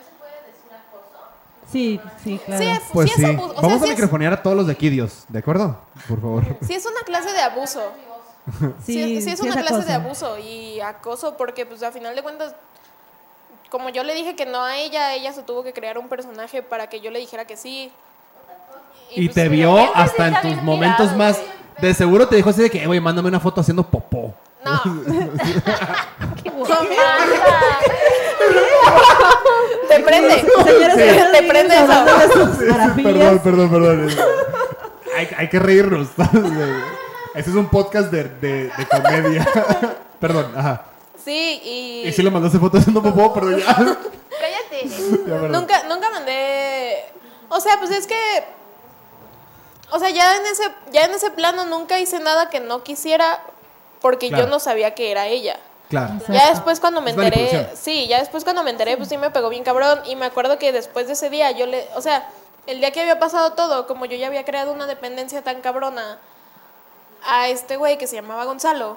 S6: Sí, sí, claro.
S4: Sí, es-
S1: Pues
S4: sí
S1: sí.
S4: es abuso. O sea,
S1: Vamos
S4: sí
S1: a
S4: es-
S1: microfonear a todos los de aquí, Dios. ¿De acuerdo? Por favor.
S4: sí es una clase de abuso. Sí, sí es una clase de abuso y acoso porque, pues, a final de cuentas, como yo le dije que no a ella, ella se tuvo que crear un personaje para que yo le dijera que sí.
S1: Y
S4: pues,
S1: te
S4: sí,
S1: vio
S2: bien, sí,
S1: hasta en
S2: está
S1: tus
S2: bien
S1: momentos
S2: tirado,
S1: más. De seguro te dijo así de que, "Eh, güey, mándame una foto haciendo popó.
S4: No.
S2: ¿Qué pasa?
S4: te prende.
S6: Señores, señores,
S4: Te prende
S6: niños,
S4: eso.
S6: hablando de sus parafilias.
S1: perdón, perdón. hay, hay que reírnos. Este es un podcast de, de- de comedia. perdón, ajá.
S4: Sí, y.
S1: Y si le mandaste foto haciendo popó, perdón. Ya, Ya,
S2: Cállate.
S1: perdón.
S4: Nunca, nunca mandé. O sea, pues es que. O sea, ya en ese, ya en ese plano nunca hice nada que no quisiera porque
S1: Claro.
S4: yo no sabía que era ella.
S1: Claro.
S4: Ya después cuando me
S1: Es
S4: enteré,
S1: manipulación.
S4: sí, ya después cuando me enteré, pues sí me pegó bien cabrón. Y me acuerdo que después de ese día yo le, o sea, el día que había pasado todo, como yo ya había creado una dependencia tan cabrona a este güey que se llamaba Gonzalo,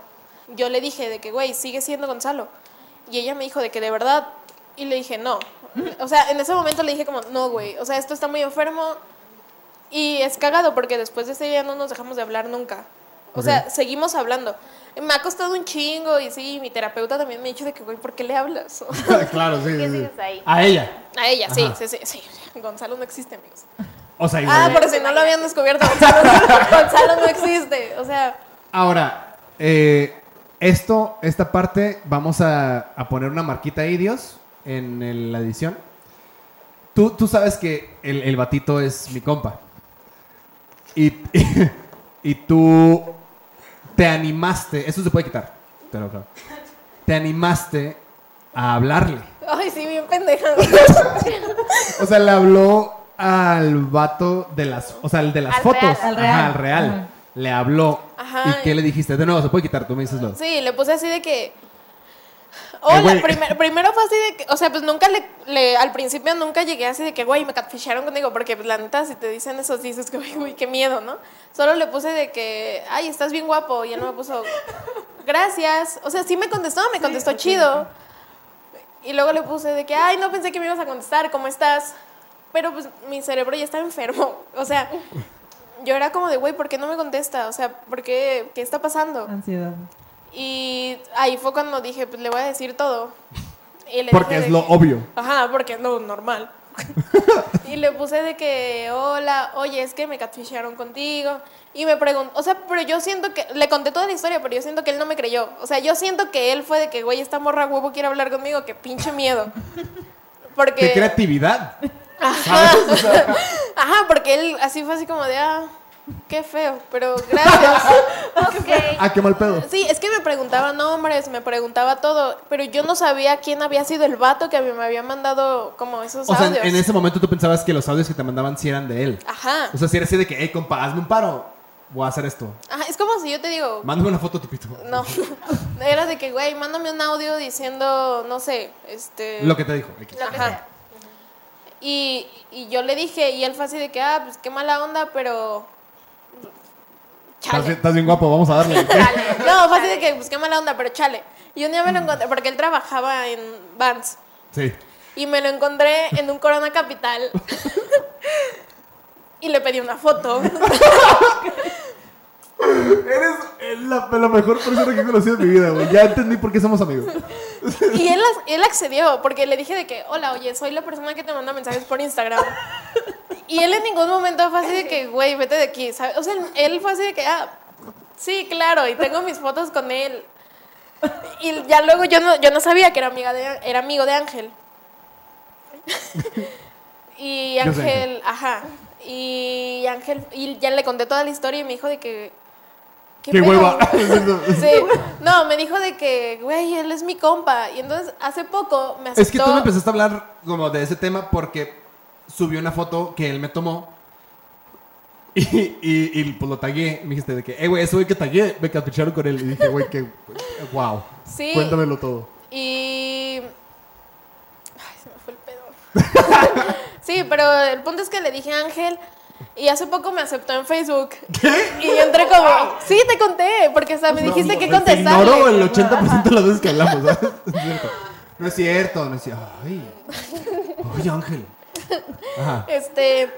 S4: yo le dije de que, güey, sigue siendo Gonzalo. Y ella me dijo de que de verdad, y le dije, no. O sea, en ese momento le dije como, no, güey, o sea, esto está muy enfermo. Y es cagado porque después de ese día no nos dejamos de hablar nunca. O sea, seguimos hablando. Me ha costado un chingo y sí, mi terapeuta también me ha dicho de que, güey, ¿por qué le hablas?
S1: claro, sí,
S2: ¿Qué
S1: sí, sí.
S2: sigues ahí?
S8: A ella.
S4: A ella, sí,
S8: Ajá.
S4: sí, sí, sí. Gonzalo no existe, amigos.
S8: O sea, igual.
S4: Ah, por si no lo habían descubierto, Gonzalo, Gonzalo no existe. O sea,
S1: Ahora, eh, Esto, esta parte, vamos a, a poner una marquita ahí, Dios, en el- la edición. Tú, tú sabes que el, el batito es mi compa. Y, y, tú te animaste, eso se puede quitar, te lo aclaro. Te animaste a hablarle.
S4: Ay, sí, bien pendeja. güey.
S1: O sea, le habló al vato de las, o sea, el de las
S2: Al
S1: fotos.
S2: real.
S1: Ajá,
S6: Al real.
S1: al real.
S6: Ajá.
S1: Le habló.
S4: Ajá.
S1: ¿Y qué le dijiste? De nuevo, se puede quitar, tú me dices lo.
S4: Sí, le puse así de que. Hola,
S1: güey.
S4: primer- primero fue así de que, o sea, pues nunca le, le- al principio nunca llegué así de que, güey, me catfisharon contigo, porque pues la neta, si te dicen eso, sí dices que, "Uy, güey, qué miedo, ¿no? Solo le puse de que, ay, estás bien guapo, y él me puso, gracias, o sea, sí me contestó, me contestó chido, y luego le puse de que, ay, no pensé que me ibas a contestar, ¿cómo estás? Pero pues mi cerebro ya estaba enfermo, o sea, yo era como de, güey, ¿por qué no me contesta? O sea, ¿por qué, qué está pasando?
S6: Ansiedad.
S4: Y ahí fue cuando dije, pues le voy a decir todo. Y le
S1: Porque
S4: dije de
S1: es lo
S4: que-
S1: obvio.
S4: Ajá, porque es lo normal. y le puse de que, hola, oye, es que me catfisharon contigo. Y me preguntó, o sea, pero yo siento que, le conté toda la historia, pero yo siento que él no me creyó. O sea, yo siento que él fue de que, güey, esta morra huevo quiere hablar conmigo, que pinche miedo. Porque...
S1: ¡Qué creatividad!
S4: Ajá, porque él así fue así como de, ah, qué feo, pero gracias.
S2: Ok.
S1: ¡Ah, qué mal pedo!
S4: Sí, es que me preguntaba nombres, me preguntaba todo, pero yo no sabía quién había sido el vato que me había mandado como esos
S1: O sea, en-
S4: audios.
S1: en ese momento tú pensabas que los audios que te mandaban sí eran de él.
S4: Ajá.
S1: O sea, si era así de que, hey, compa, hazme un paro. Voy a hacer esto.
S4: Ajá, Es como si yo te digo,
S1: Mándame una foto, tipito.
S4: no, era de que, güey, mándame un audio diciendo, no sé, este...
S1: Lo que te dijo. X.
S4: Ajá. Y, y yo le dije, y él fue así de que, ah, pues qué mala onda, pero...
S1: Estás bien,
S4: Chale.
S1: estás bien guapo, vamos a darle.
S4: No, fue así de que, pues qué mala onda, pero chale. Y un día me lo encontré, porque él trabajaba en Vans.
S1: Sí.
S4: Y me lo encontré en un Corona Capital. y le pedí una foto.
S1: Eres la, la mejor persona que he conocido en mi vida, güey. Ya entendí por qué somos amigos.
S4: Y él, ac- él accedió, porque le dije de que, hola, oye, soy la persona que te manda mensajes por Instagram. Y él en ningún momento fue así de que, güey, vete de aquí. ¿sabes? O sea, él- él fue así de que, ah, sí, claro, y tengo mis fotos con él. Y ya luego yo no, yo no sabía que era, amiga de, era amigo de Ángel. y
S1: Yo sé Ángel.
S4: Ángel, ajá. Y Ángel, y ya le conté toda la historia y me dijo de que...
S1: ¡Qué
S4: pedo?".
S1: hueva!
S4: Sí, no, me dijo de que, güey, él es mi compa. Y entonces hace poco me aceptó.
S1: Es que tú me empezaste a hablar como de ese tema porque subí una foto que él me tomó y, y, y, pues lo tagué. Me dijiste de que, eh, güey, ese güey que tagué, me capricharon con él. Y dije, güey, que, wow.
S4: Sí.
S1: Cuéntamelo todo.
S4: Y. Ay, se me fue el pedo. sí, pero el punto es que le dije a Ángel. Y hace poco me aceptó en Facebook. Y yo entré como. Sí, te conté. Porque hasta me dijiste que
S1: Te Ignoro
S4: contestarle.
S1: el 80% de las veces que hablamos, ¿sabes? Es cierto. No es cierto, no es cierto. Ay, ay, Ángel. Ajá.
S4: Este.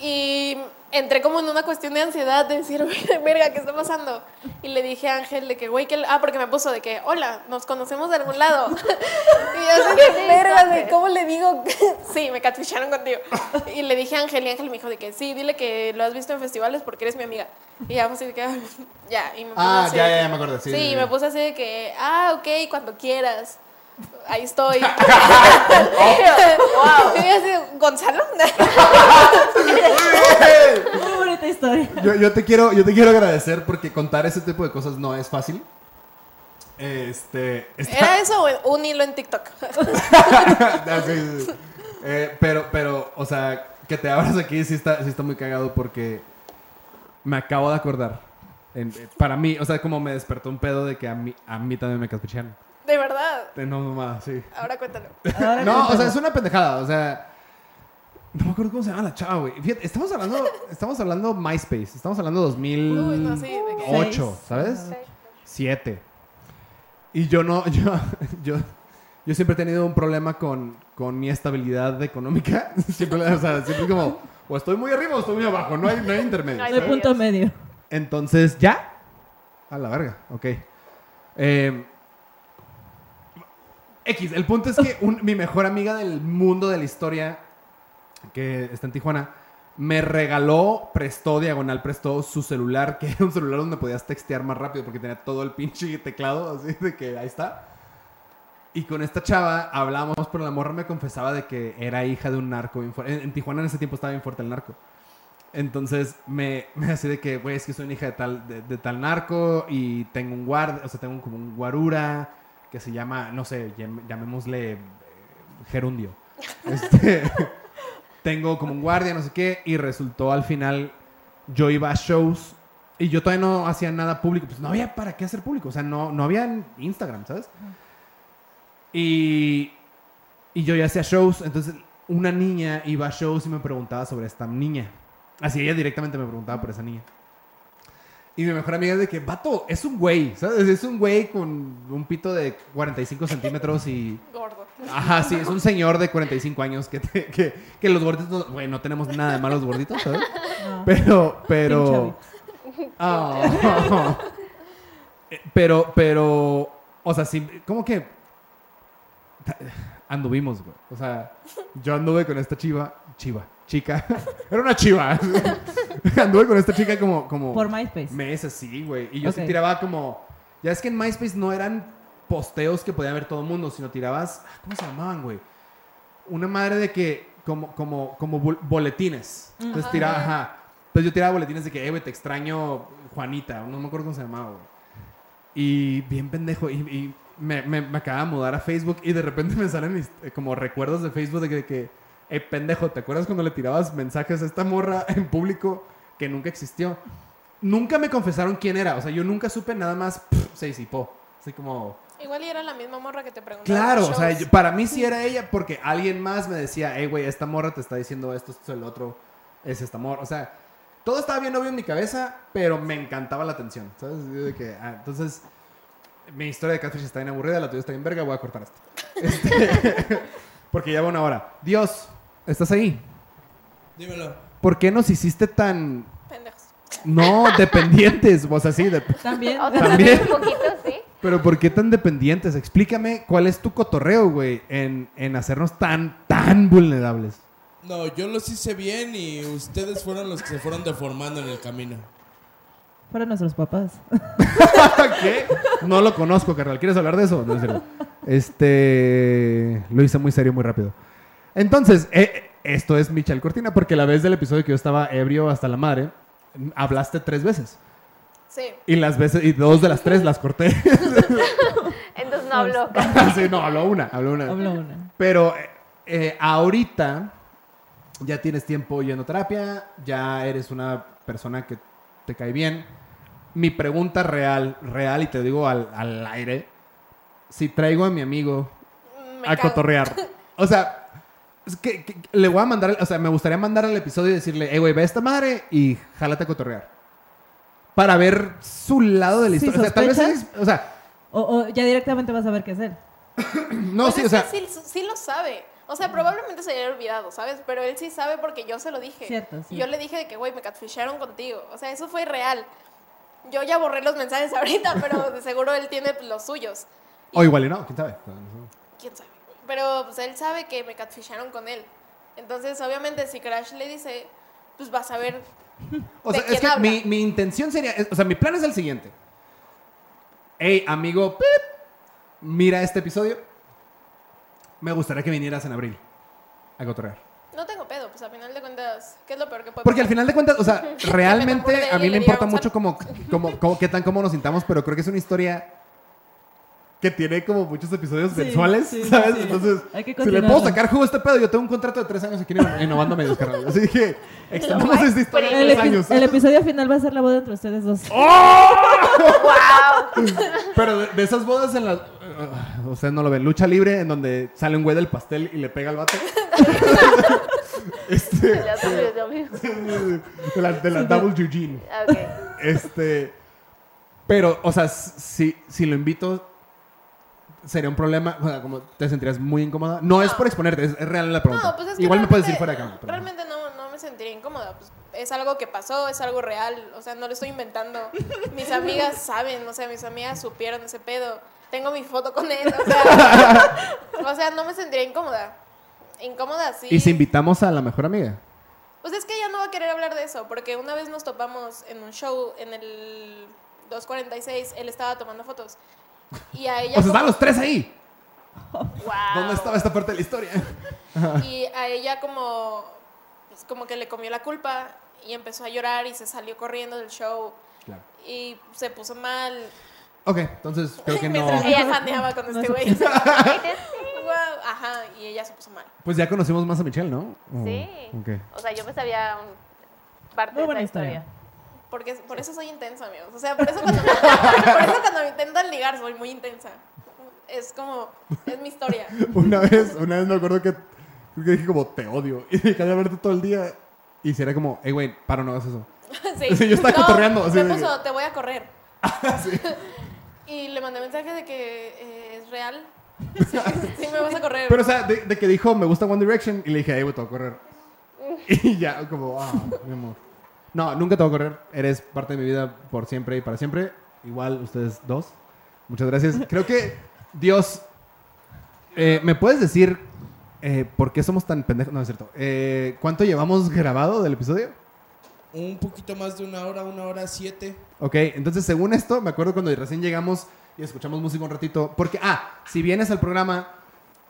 S4: Y entré como en una cuestión de ansiedad de decir, verga, ¿qué está pasando? Y le dije a Ángel de que, güey, que. Ah, porque me puso de que, hola, nos conocemos de algún lado. y yo así de, verga, de cómo le digo. sí, me catficharon contigo. Y le dije a Ángel, y Ángel me dijo de que, sí, dile que lo has visto en festivales porque eres mi amiga. Y ya, pues así de que, "Ah, ya. Y me puso
S1: Ah,
S4: así
S1: ya,
S4: de
S1: ya,
S4: que-
S1: ya me acordé. Sí,
S4: Sí,
S1: sí, sí.
S4: me puse así de que, ah, ok, cuando quieras. Ahí estoy.
S1: Oh,
S4: Y yo así, ¿Gonzalo?
S6: Muy bonita historia.
S1: Yo, yo te quiero, yo te quiero agradecer porque contar ese tipo de cosas no es fácil. Este. está-
S4: ¿Era eso o un hilo en TikTok?
S1: Ah, sí, sí, sí. Eh, pero, pero, o sea, que te abras aquí sí está, sí está muy cagado porque me acabo de acordar. En- eh, para mí, o sea, como me despertó un pedo de que a mí, a mí también me caspecharon.
S4: De verdad.
S1: Eh, No, mamá, sí.
S4: Ahora cuéntalo.
S6: Ahora
S1: No, o
S6: cuéntame.
S1: sea, es una pendejada, o sea... No me acuerdo cómo se llama la chava, güey. Fíjate, estamos hablando, estamos hablando MySpace, estamos hablando 2000...
S4: Uy, no, sí, de que-
S1: ocho,
S6: Seis.
S1: ¿sabes? Siete. Y yo no, yo, yo, yo siempre he tenido un problema con, con mi estabilidad económica. Siempre, o sea, siempre como, o estoy muy arriba o estoy muy abajo, no hay, no hay intermedio.
S2: No hay
S6: No hay
S1: ¿sabes?
S6: punto medio.
S1: Entonces, ¿ya? A la verga, ok. Eh, X, el punto es que un- mi mejor amiga del mundo de la historia, que está en Tijuana, me regaló, prestó, diagonal, prestó su celular, que era un celular donde podías textear más rápido porque tenía todo el pinche teclado, así de que ahí está. Y con esta chava hablamos, pero la morra me confesaba de que era hija de un narco. bien fuerte. En, en Tijuana en ese tiempo estaba bien fuerte el narco. Entonces me, me decía de que, güey, es que soy una hija de tal, de, de tal narco y tengo un guard, o sea, tengo como un guarura que se llama, no sé, llam- llamémosle eh, gerundio. Este, tengo como un guardia, no sé qué, y resultó al final, yo iba a shows y yo todavía no hacía nada público, pues no había para qué hacer público, o sea, no, no había Instagram, ¿sabes? Y, y yo ya hacía shows, entonces una niña iba a shows y me preguntaba sobre esta niña. Así ella directamente me preguntaba por esa niña. Y mi mejor amiga es de que, vato, es un güey, ¿sabes? Es un güey con un pito de 45 centímetros y...
S4: Gordo.
S1: Ajá, sí, es un señor de 45 años que, te- que, que los gorditos, no- güey, no tenemos nada de malos gorditos, ¿sabes?
S6: No.
S1: Pero,
S6: Chavi.
S1: pero... Ah. Eh, Pero, pero, o sea, sí, como que ta- anduvimos, güey. O sea, yo anduve con esta chiva, chiva, chica. Era una chiva. anduve con esta chica como, como
S6: Por MySpace.
S1: meses, sí, güey. Y yo sí
S6: Ok.
S1: tiraba como, ya es que en MySpace no eran posteos que podía ver todo el mundo, sino tirabas, ah, ¿cómo se llamaban, güey? Una madre de que, como, como, como bol- boletines. Entonces tiraba, Pues ajá. Entonces yo tiraba boletines de que, eh, güey, te extraño, Juanita, no me acuerdo cómo se llamaba, güey. Y bien pendejo. Y, y me, me, me acababa de mudar a Facebook y de repente me salen mis, eh, como recuerdos de Facebook de que, de que, eh, pendejo, ¿te acuerdas cuando le tirabas mensajes a esta morra en público que nunca existió? Nunca me confesaron quién era. O sea, yo nunca supe nada más, pff, se disipó. Así como...
S4: Igual y era la misma morra que te preguntaba. en
S1: Claro,
S4: los
S1: o sea,
S4: shows.
S1: yo- para mí sí era ella porque alguien más me decía, hey, güey, esta morra te está diciendo esto, esto es el otro, es esta morra. O sea, todo estaba bien obvio en mi cabeza, pero me encantaba la atención, ¿sabes? Yo de que, ah, entonces, mi historia de Catfish está bien aburrida, la tuya está bien verga, voy a cortar esto. Este, porque ya va una hora. Dios, ¿estás ahí?
S3: Dímelo.
S1: ¿Por qué nos hiciste tan,
S4: Pendejos.
S1: no, dependientes? O sea, sí, de-
S6: También.
S2: O sea,
S1: También.
S2: un poquito, sí.
S1: pero ¿por qué tan dependientes? Explícame cuál es tu cotorreo, güey, en, en hacernos tan, tan vulnerables.
S3: No, yo los hice bien y ustedes fueron los que se fueron deformando en el camino.
S6: Fueron nuestros papás.
S1: ¿Qué? No lo conozco, carnal. ¿Quieres hablar de eso? No, en serio. Este. Lo hice muy serio, muy rápido. Entonces, eh, esto es Michelle Cortina, porque la vez del episodio que yo estaba ebrio hasta la madre, hablaste tres veces.
S4: Sí.
S1: Y las veces, y dos de las tres las corté.
S2: Entonces no habló.
S1: sí, no, habló una, habló una.
S6: Hablo una.
S1: Pero eh, eh, ahorita ya tienes tiempo yendo a terapia, ya eres una persona que te cae bien. Mi pregunta real, real, y te digo al, al aire, si traigo a mi amigo
S4: Me
S1: a
S4: cago.
S1: cotorrear. O sea, es que, que- que le voy a mandar, el- o sea, me gustaría mandar el episodio y decirle, hey, güey, ve a esta madre y jálate a cotorrear. Para ver su lado de la
S6: Sí,
S1: historia. o sea, tal vez
S6: ¿sospechas?
S1: es- o sea,
S6: O, o ya directamente vas a ver qué hacer.
S1: no,
S4: Pues
S1: sí,
S4: es
S1: o sea,
S4: que sí, sí lo sabe. O sea, probablemente se haya olvidado, ¿sabes? Pero él sí sabe porque yo se lo dije.
S6: Cierto, sí.
S4: Y yo le dije de que, güey, me catfisharon contigo. O sea, eso fue real. Yo ya borré los mensajes ahorita, pero de seguro él tiene los suyos.
S1: o igual y no, quién sabe.
S4: ¿Quién sabe? Pero pues él sabe que me catfisharon con él. Entonces, obviamente, si Crash le dice, pues vas a ver.
S1: O
S4: ¿De
S1: sea, es
S4: quién
S1: que
S4: habla?
S1: mi, mi intención sería, es- o sea, mi plan es el siguiente. Hey, amigo, pip, mira este episodio. Me gustaría que vinieras en abril a cotorrear.
S4: No tengo pedo, pues al final de cuentas, ¿qué es lo peor que puede
S1: Porque al
S4: pasar?
S1: final de cuentas, o sea,
S4: enamore de
S1: realmente
S4: él
S1: a mí
S4: y le
S1: me
S4: diga,
S1: importa
S4: "Gonzalo".
S1: mucho como, como, como qué tan cómodo nos sintamos, pero creo que es una historia que tiene como muchos episodios
S6: Sí,
S1: mensuales,
S6: sí,
S1: ¿sabes?
S6: sí.
S1: Entonces,
S6: Hay que
S1: si le puedo
S6: continuarla.
S1: sacar jugo a este pedo, yo tengo un contrato de tres años aquí en- innovando medios, carnal. Así que extendamos esta historia de
S6: El,
S1: tres
S6: epi-
S1: años. ¡Oh!
S6: el episodio final va a ser la boda entre ustedes dos.
S2: ¡Wow!
S1: Pero de, de esas bodas en las. uh, Ustedes no lo ven. Lucha libre, en donde sale un güey del pastel y le pega al vato. este. De la, de la Double Eugene.
S2: Ok.
S1: Este. Pero, o sea, si, si lo invito, sería un problema. O sea, como te sentirías muy incómoda. No, es por exponerte, es, es real la pregunta.
S4: No, pues es que
S1: Igual me puedes decir
S4: realmente-
S1: fuera de cámara. pero-
S4: Realmente no, no me sentiría incómoda. Pues es algo que pasó, es algo real. O sea, no lo estoy inventando. Mis amigas saben, o sea, mis amigas supieron ese pedo. Tengo mi foto con él, o sea. o sea, no me sentiría incómoda. Incómoda, sí.
S1: Y si invitamos a la mejor amiga.
S4: Pues es que ya no va a querer hablar de eso, porque una vez nos topamos en un show en el 246, él estaba tomando fotos. Y a ella.
S1: O sea, están
S4: como-
S1: los tres ahí.
S4: ¡Guau!
S1: ¿Dónde estaba esta parte de la historia?
S4: Y a ella como, pues, como que le comió la culpa y empezó a llorar y se salió corriendo del show
S1: Claro.
S4: y se puso mal.
S1: Ok, entonces creo que no.
S4: Mientras ella janeaba con
S6: No
S4: este
S6: se
S4: güey.
S6: puso.
S4: Guau, Ajá, y ella se puso mal.
S9: Pues ya conocimos más a Michelle, ¿no? ¿O-
S2: Sí.
S9: ok.
S2: O sea, yo me sabía un- parte
S6: Muy
S2: de
S6: buena
S2: esa
S6: historia.
S2: historia.
S4: Porque por eso soy intensa, amigos. O sea, por eso cuando, por eso cuando me intentan ligar soy muy intensa. Es como, es mi historia.
S1: Una vez, una vez me acuerdo que, creo que dije como, te odio. Y dejé de verte todo el día. Y será como, hey, güey, paro, no hagas eso.
S4: Sí.
S1: Sí, yo estaba cotorreando, así
S4: Me
S1: de que- Ah,
S4: puso, te voy a correr. Y le mandé mensaje de que eh, es real. Sí, sí me vas a correr.
S1: Pero, o sea, de, de que dijo, me gusta One Direction. Y le dije, hey, güey, te voy a correr. Y ya, como, ah, mi amor. No, nunca te voy a correr. Eres parte de mi vida por siempre y para siempre. Igual, ustedes dos. Muchas gracias. Creo que, Dios, eh, ¿me puedes decir eh, por qué somos tan pendejos? No, es cierto. Eh, ¿Cuánto llevamos grabado del episodio?
S3: Un poquito más de una hora, una hora siete.
S1: Ok, entonces según esto, me acuerdo cuando recién llegamos y escuchamos música un ratito. Porque, ah, si vienes al programa,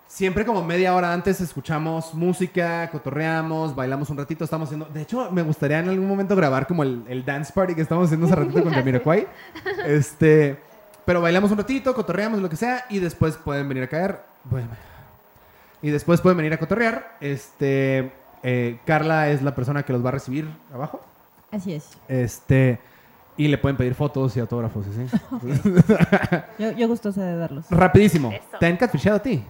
S1: siempre como media hora antes escuchamos música, cotorreamos, bailamos un ratito, estamos haciendo... De hecho, me gustaría en algún momento grabar como el, el dance party que estamos haciendo hace ratito con Jamiroquai. Este, pero bailamos un ratito, cotorreamos, lo que sea, y después pueden venir a caer. Bueno, y después pueden venir a cotorrear. Este, eh, Carla es la persona que los va a recibir abajo.
S6: Así es.
S1: Este. Y le pueden pedir fotos y autógrafos, ¿sí?
S6: Yo, yo gustosa de darlos.
S1: Rapidísimo.
S2: Eso.
S1: ¿Te han catfishado a ti?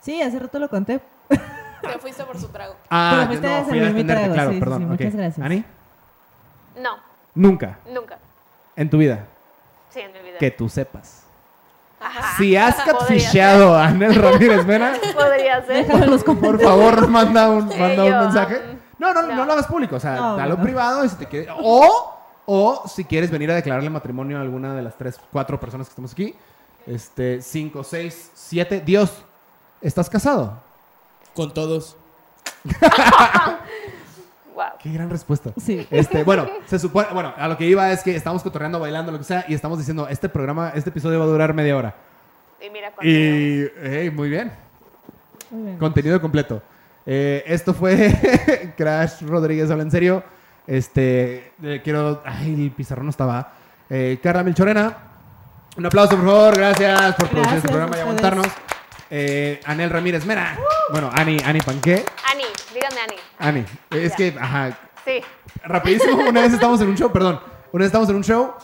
S6: Sí, hace rato lo conté.
S4: Te fuiste por su trago.
S1: Ah,
S6: Pero fuiste a servir mi
S1: atenderte,
S6: trago,
S1: claro,
S6: sí, sí,
S1: perdón.
S6: sí,
S1: ok.
S6: muchas gracias.
S1: Ani,
S2: No,
S1: nunca
S2: nunca.
S1: en tu vida
S2: Sí, en mi vida.
S1: que tú sepas.
S6: Ah,
S2: Ajá.
S1: Si has
S2: Podría
S1: catfishado a Anel Ramírez Mena,
S2: ser, Podría ser.
S6: Déjalo en los
S1: por
S6: comentarios.
S1: favor, manda un, manda un
S2: yo,
S1: mensaje.
S2: mm,
S1: No, no, no,
S2: no.
S1: lo hagas público. O sea,
S6: um, No,
S1: dalo
S6: no.
S1: privado y si te quieres. O, o si quieres venir a declararle matrimonio a alguna de las tres, cuatro personas que estamos aquí. Este, cinco, seis, siete. Dios, ¿estás casado?
S3: Con todos.
S2: Wow.
S1: Qué gran respuesta.
S6: Sí.
S1: Este, bueno, se supone, bueno, a lo que iba es que estamos cotorreando, bailando, lo que sea, y estamos diciendo, este programa, este episodio va a durar media hora.
S2: Y mira cuánto.
S1: Y, hey, muy bien,
S6: Muy bien.
S1: contenido completo. Eh, esto fue Crash Rodríguez, habla en serio. Este, eh, quiero, ay, el pizarrón no estaba. Eh, Carla Milchorena, un aplauso, por favor, gracias por producir este
S6: Gracias
S1: programa y
S6: a ustedes.
S1: aguantarnos. Eh, Anel Ramírez Mera, bueno, Ani, Ani Panqué,
S2: Ani, díganme Ani.
S1: Ani, es
S2: Ya.
S1: que, ajá,
S2: Sí.
S1: Rapidísimo, una vez estábamos en un show, perdón. Una vez estábamos en un show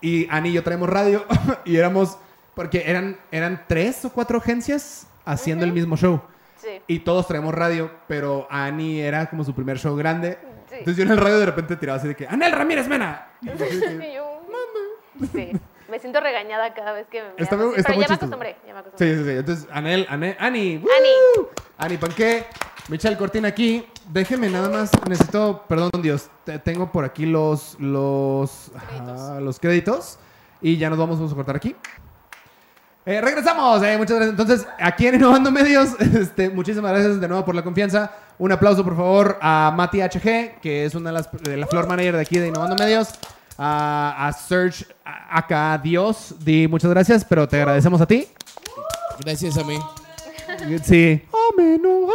S1: y Ani y yo traemos radio y éramos. Porque eran, eran tres o cuatro agencias haciendo el mismo show.
S2: Sí.
S1: Y todos traemos radio, pero Ani era como su primer show grande.
S2: Sí.
S1: Entonces yo en el radio de repente tiraba así de que, ¡Anel Ramírez Mena! Y yo así de que-
S2: Y yo, "Mamá". Sí. Me siento regañada cada vez que me
S1: Está
S2: miran
S1: muy-
S2: así,
S1: está
S2: pero
S1: muy
S2: ya me
S1: chistoso.
S2: acostumbré, ya me
S1: Sí,
S2: acostumbré.
S1: sí, sí. Entonces, Anel, ¡uh! Anel, Ani. ¡woo!
S2: Ani.
S1: Ani Panqué. Michelle Cortina aquí. Déjeme nada más. Necesito, perdón, Dios. te- tengo por aquí los, los, ah, los créditos. Y ya nos vamos, vamos a cortar aquí. Eh, regresamos, eh, muchas gracias. Entonces, aquí en Innovando Medios, este, muchísimas gracias de nuevo por la confianza. Un aplauso, por favor, a Mati HG, que es una de las de la floor manager de aquí de Innovando Medios. A, a Serge, a- acá Dios, di muchas gracias, pero te agradecemos a ti.
S3: Gracias a mí.
S1: Sí. A menudo.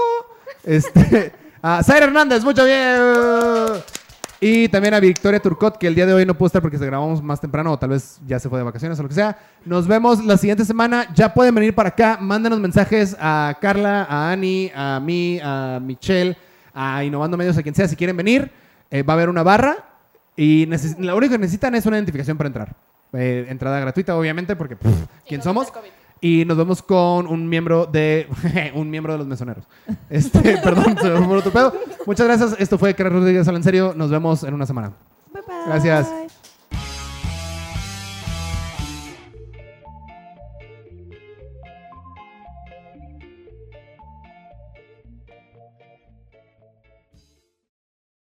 S1: Este. A Zaira Hernández, mucho bien. Y también a Victoria Turcot, que el día de hoy no pudo estar porque se grabamos más temprano o tal vez ya se fue de vacaciones o lo que sea. Nos vemos la siguiente semana. Ya pueden venir para acá. Mándanos mensajes a Carla, a Ani, a mí, a Michelle, a Innovando Medios, a quien sea. Si quieren venir, eh, va a haber una barra y neces- lo único que necesitan es una identificación para entrar. Eh, entrada gratuita, obviamente, porque pff, ¿quién
S4: nos
S1: somos?
S4: mata el COVID.
S1: Y nos vemos con un miembro de un miembro de los mesoneros. Este, perdón, se me fue por otro pedo. Muchas gracias. Esto fue Carlos Rodríguez Habla en serio. Nos vemos en una semana.
S6: Bye, bye.
S1: Gracias.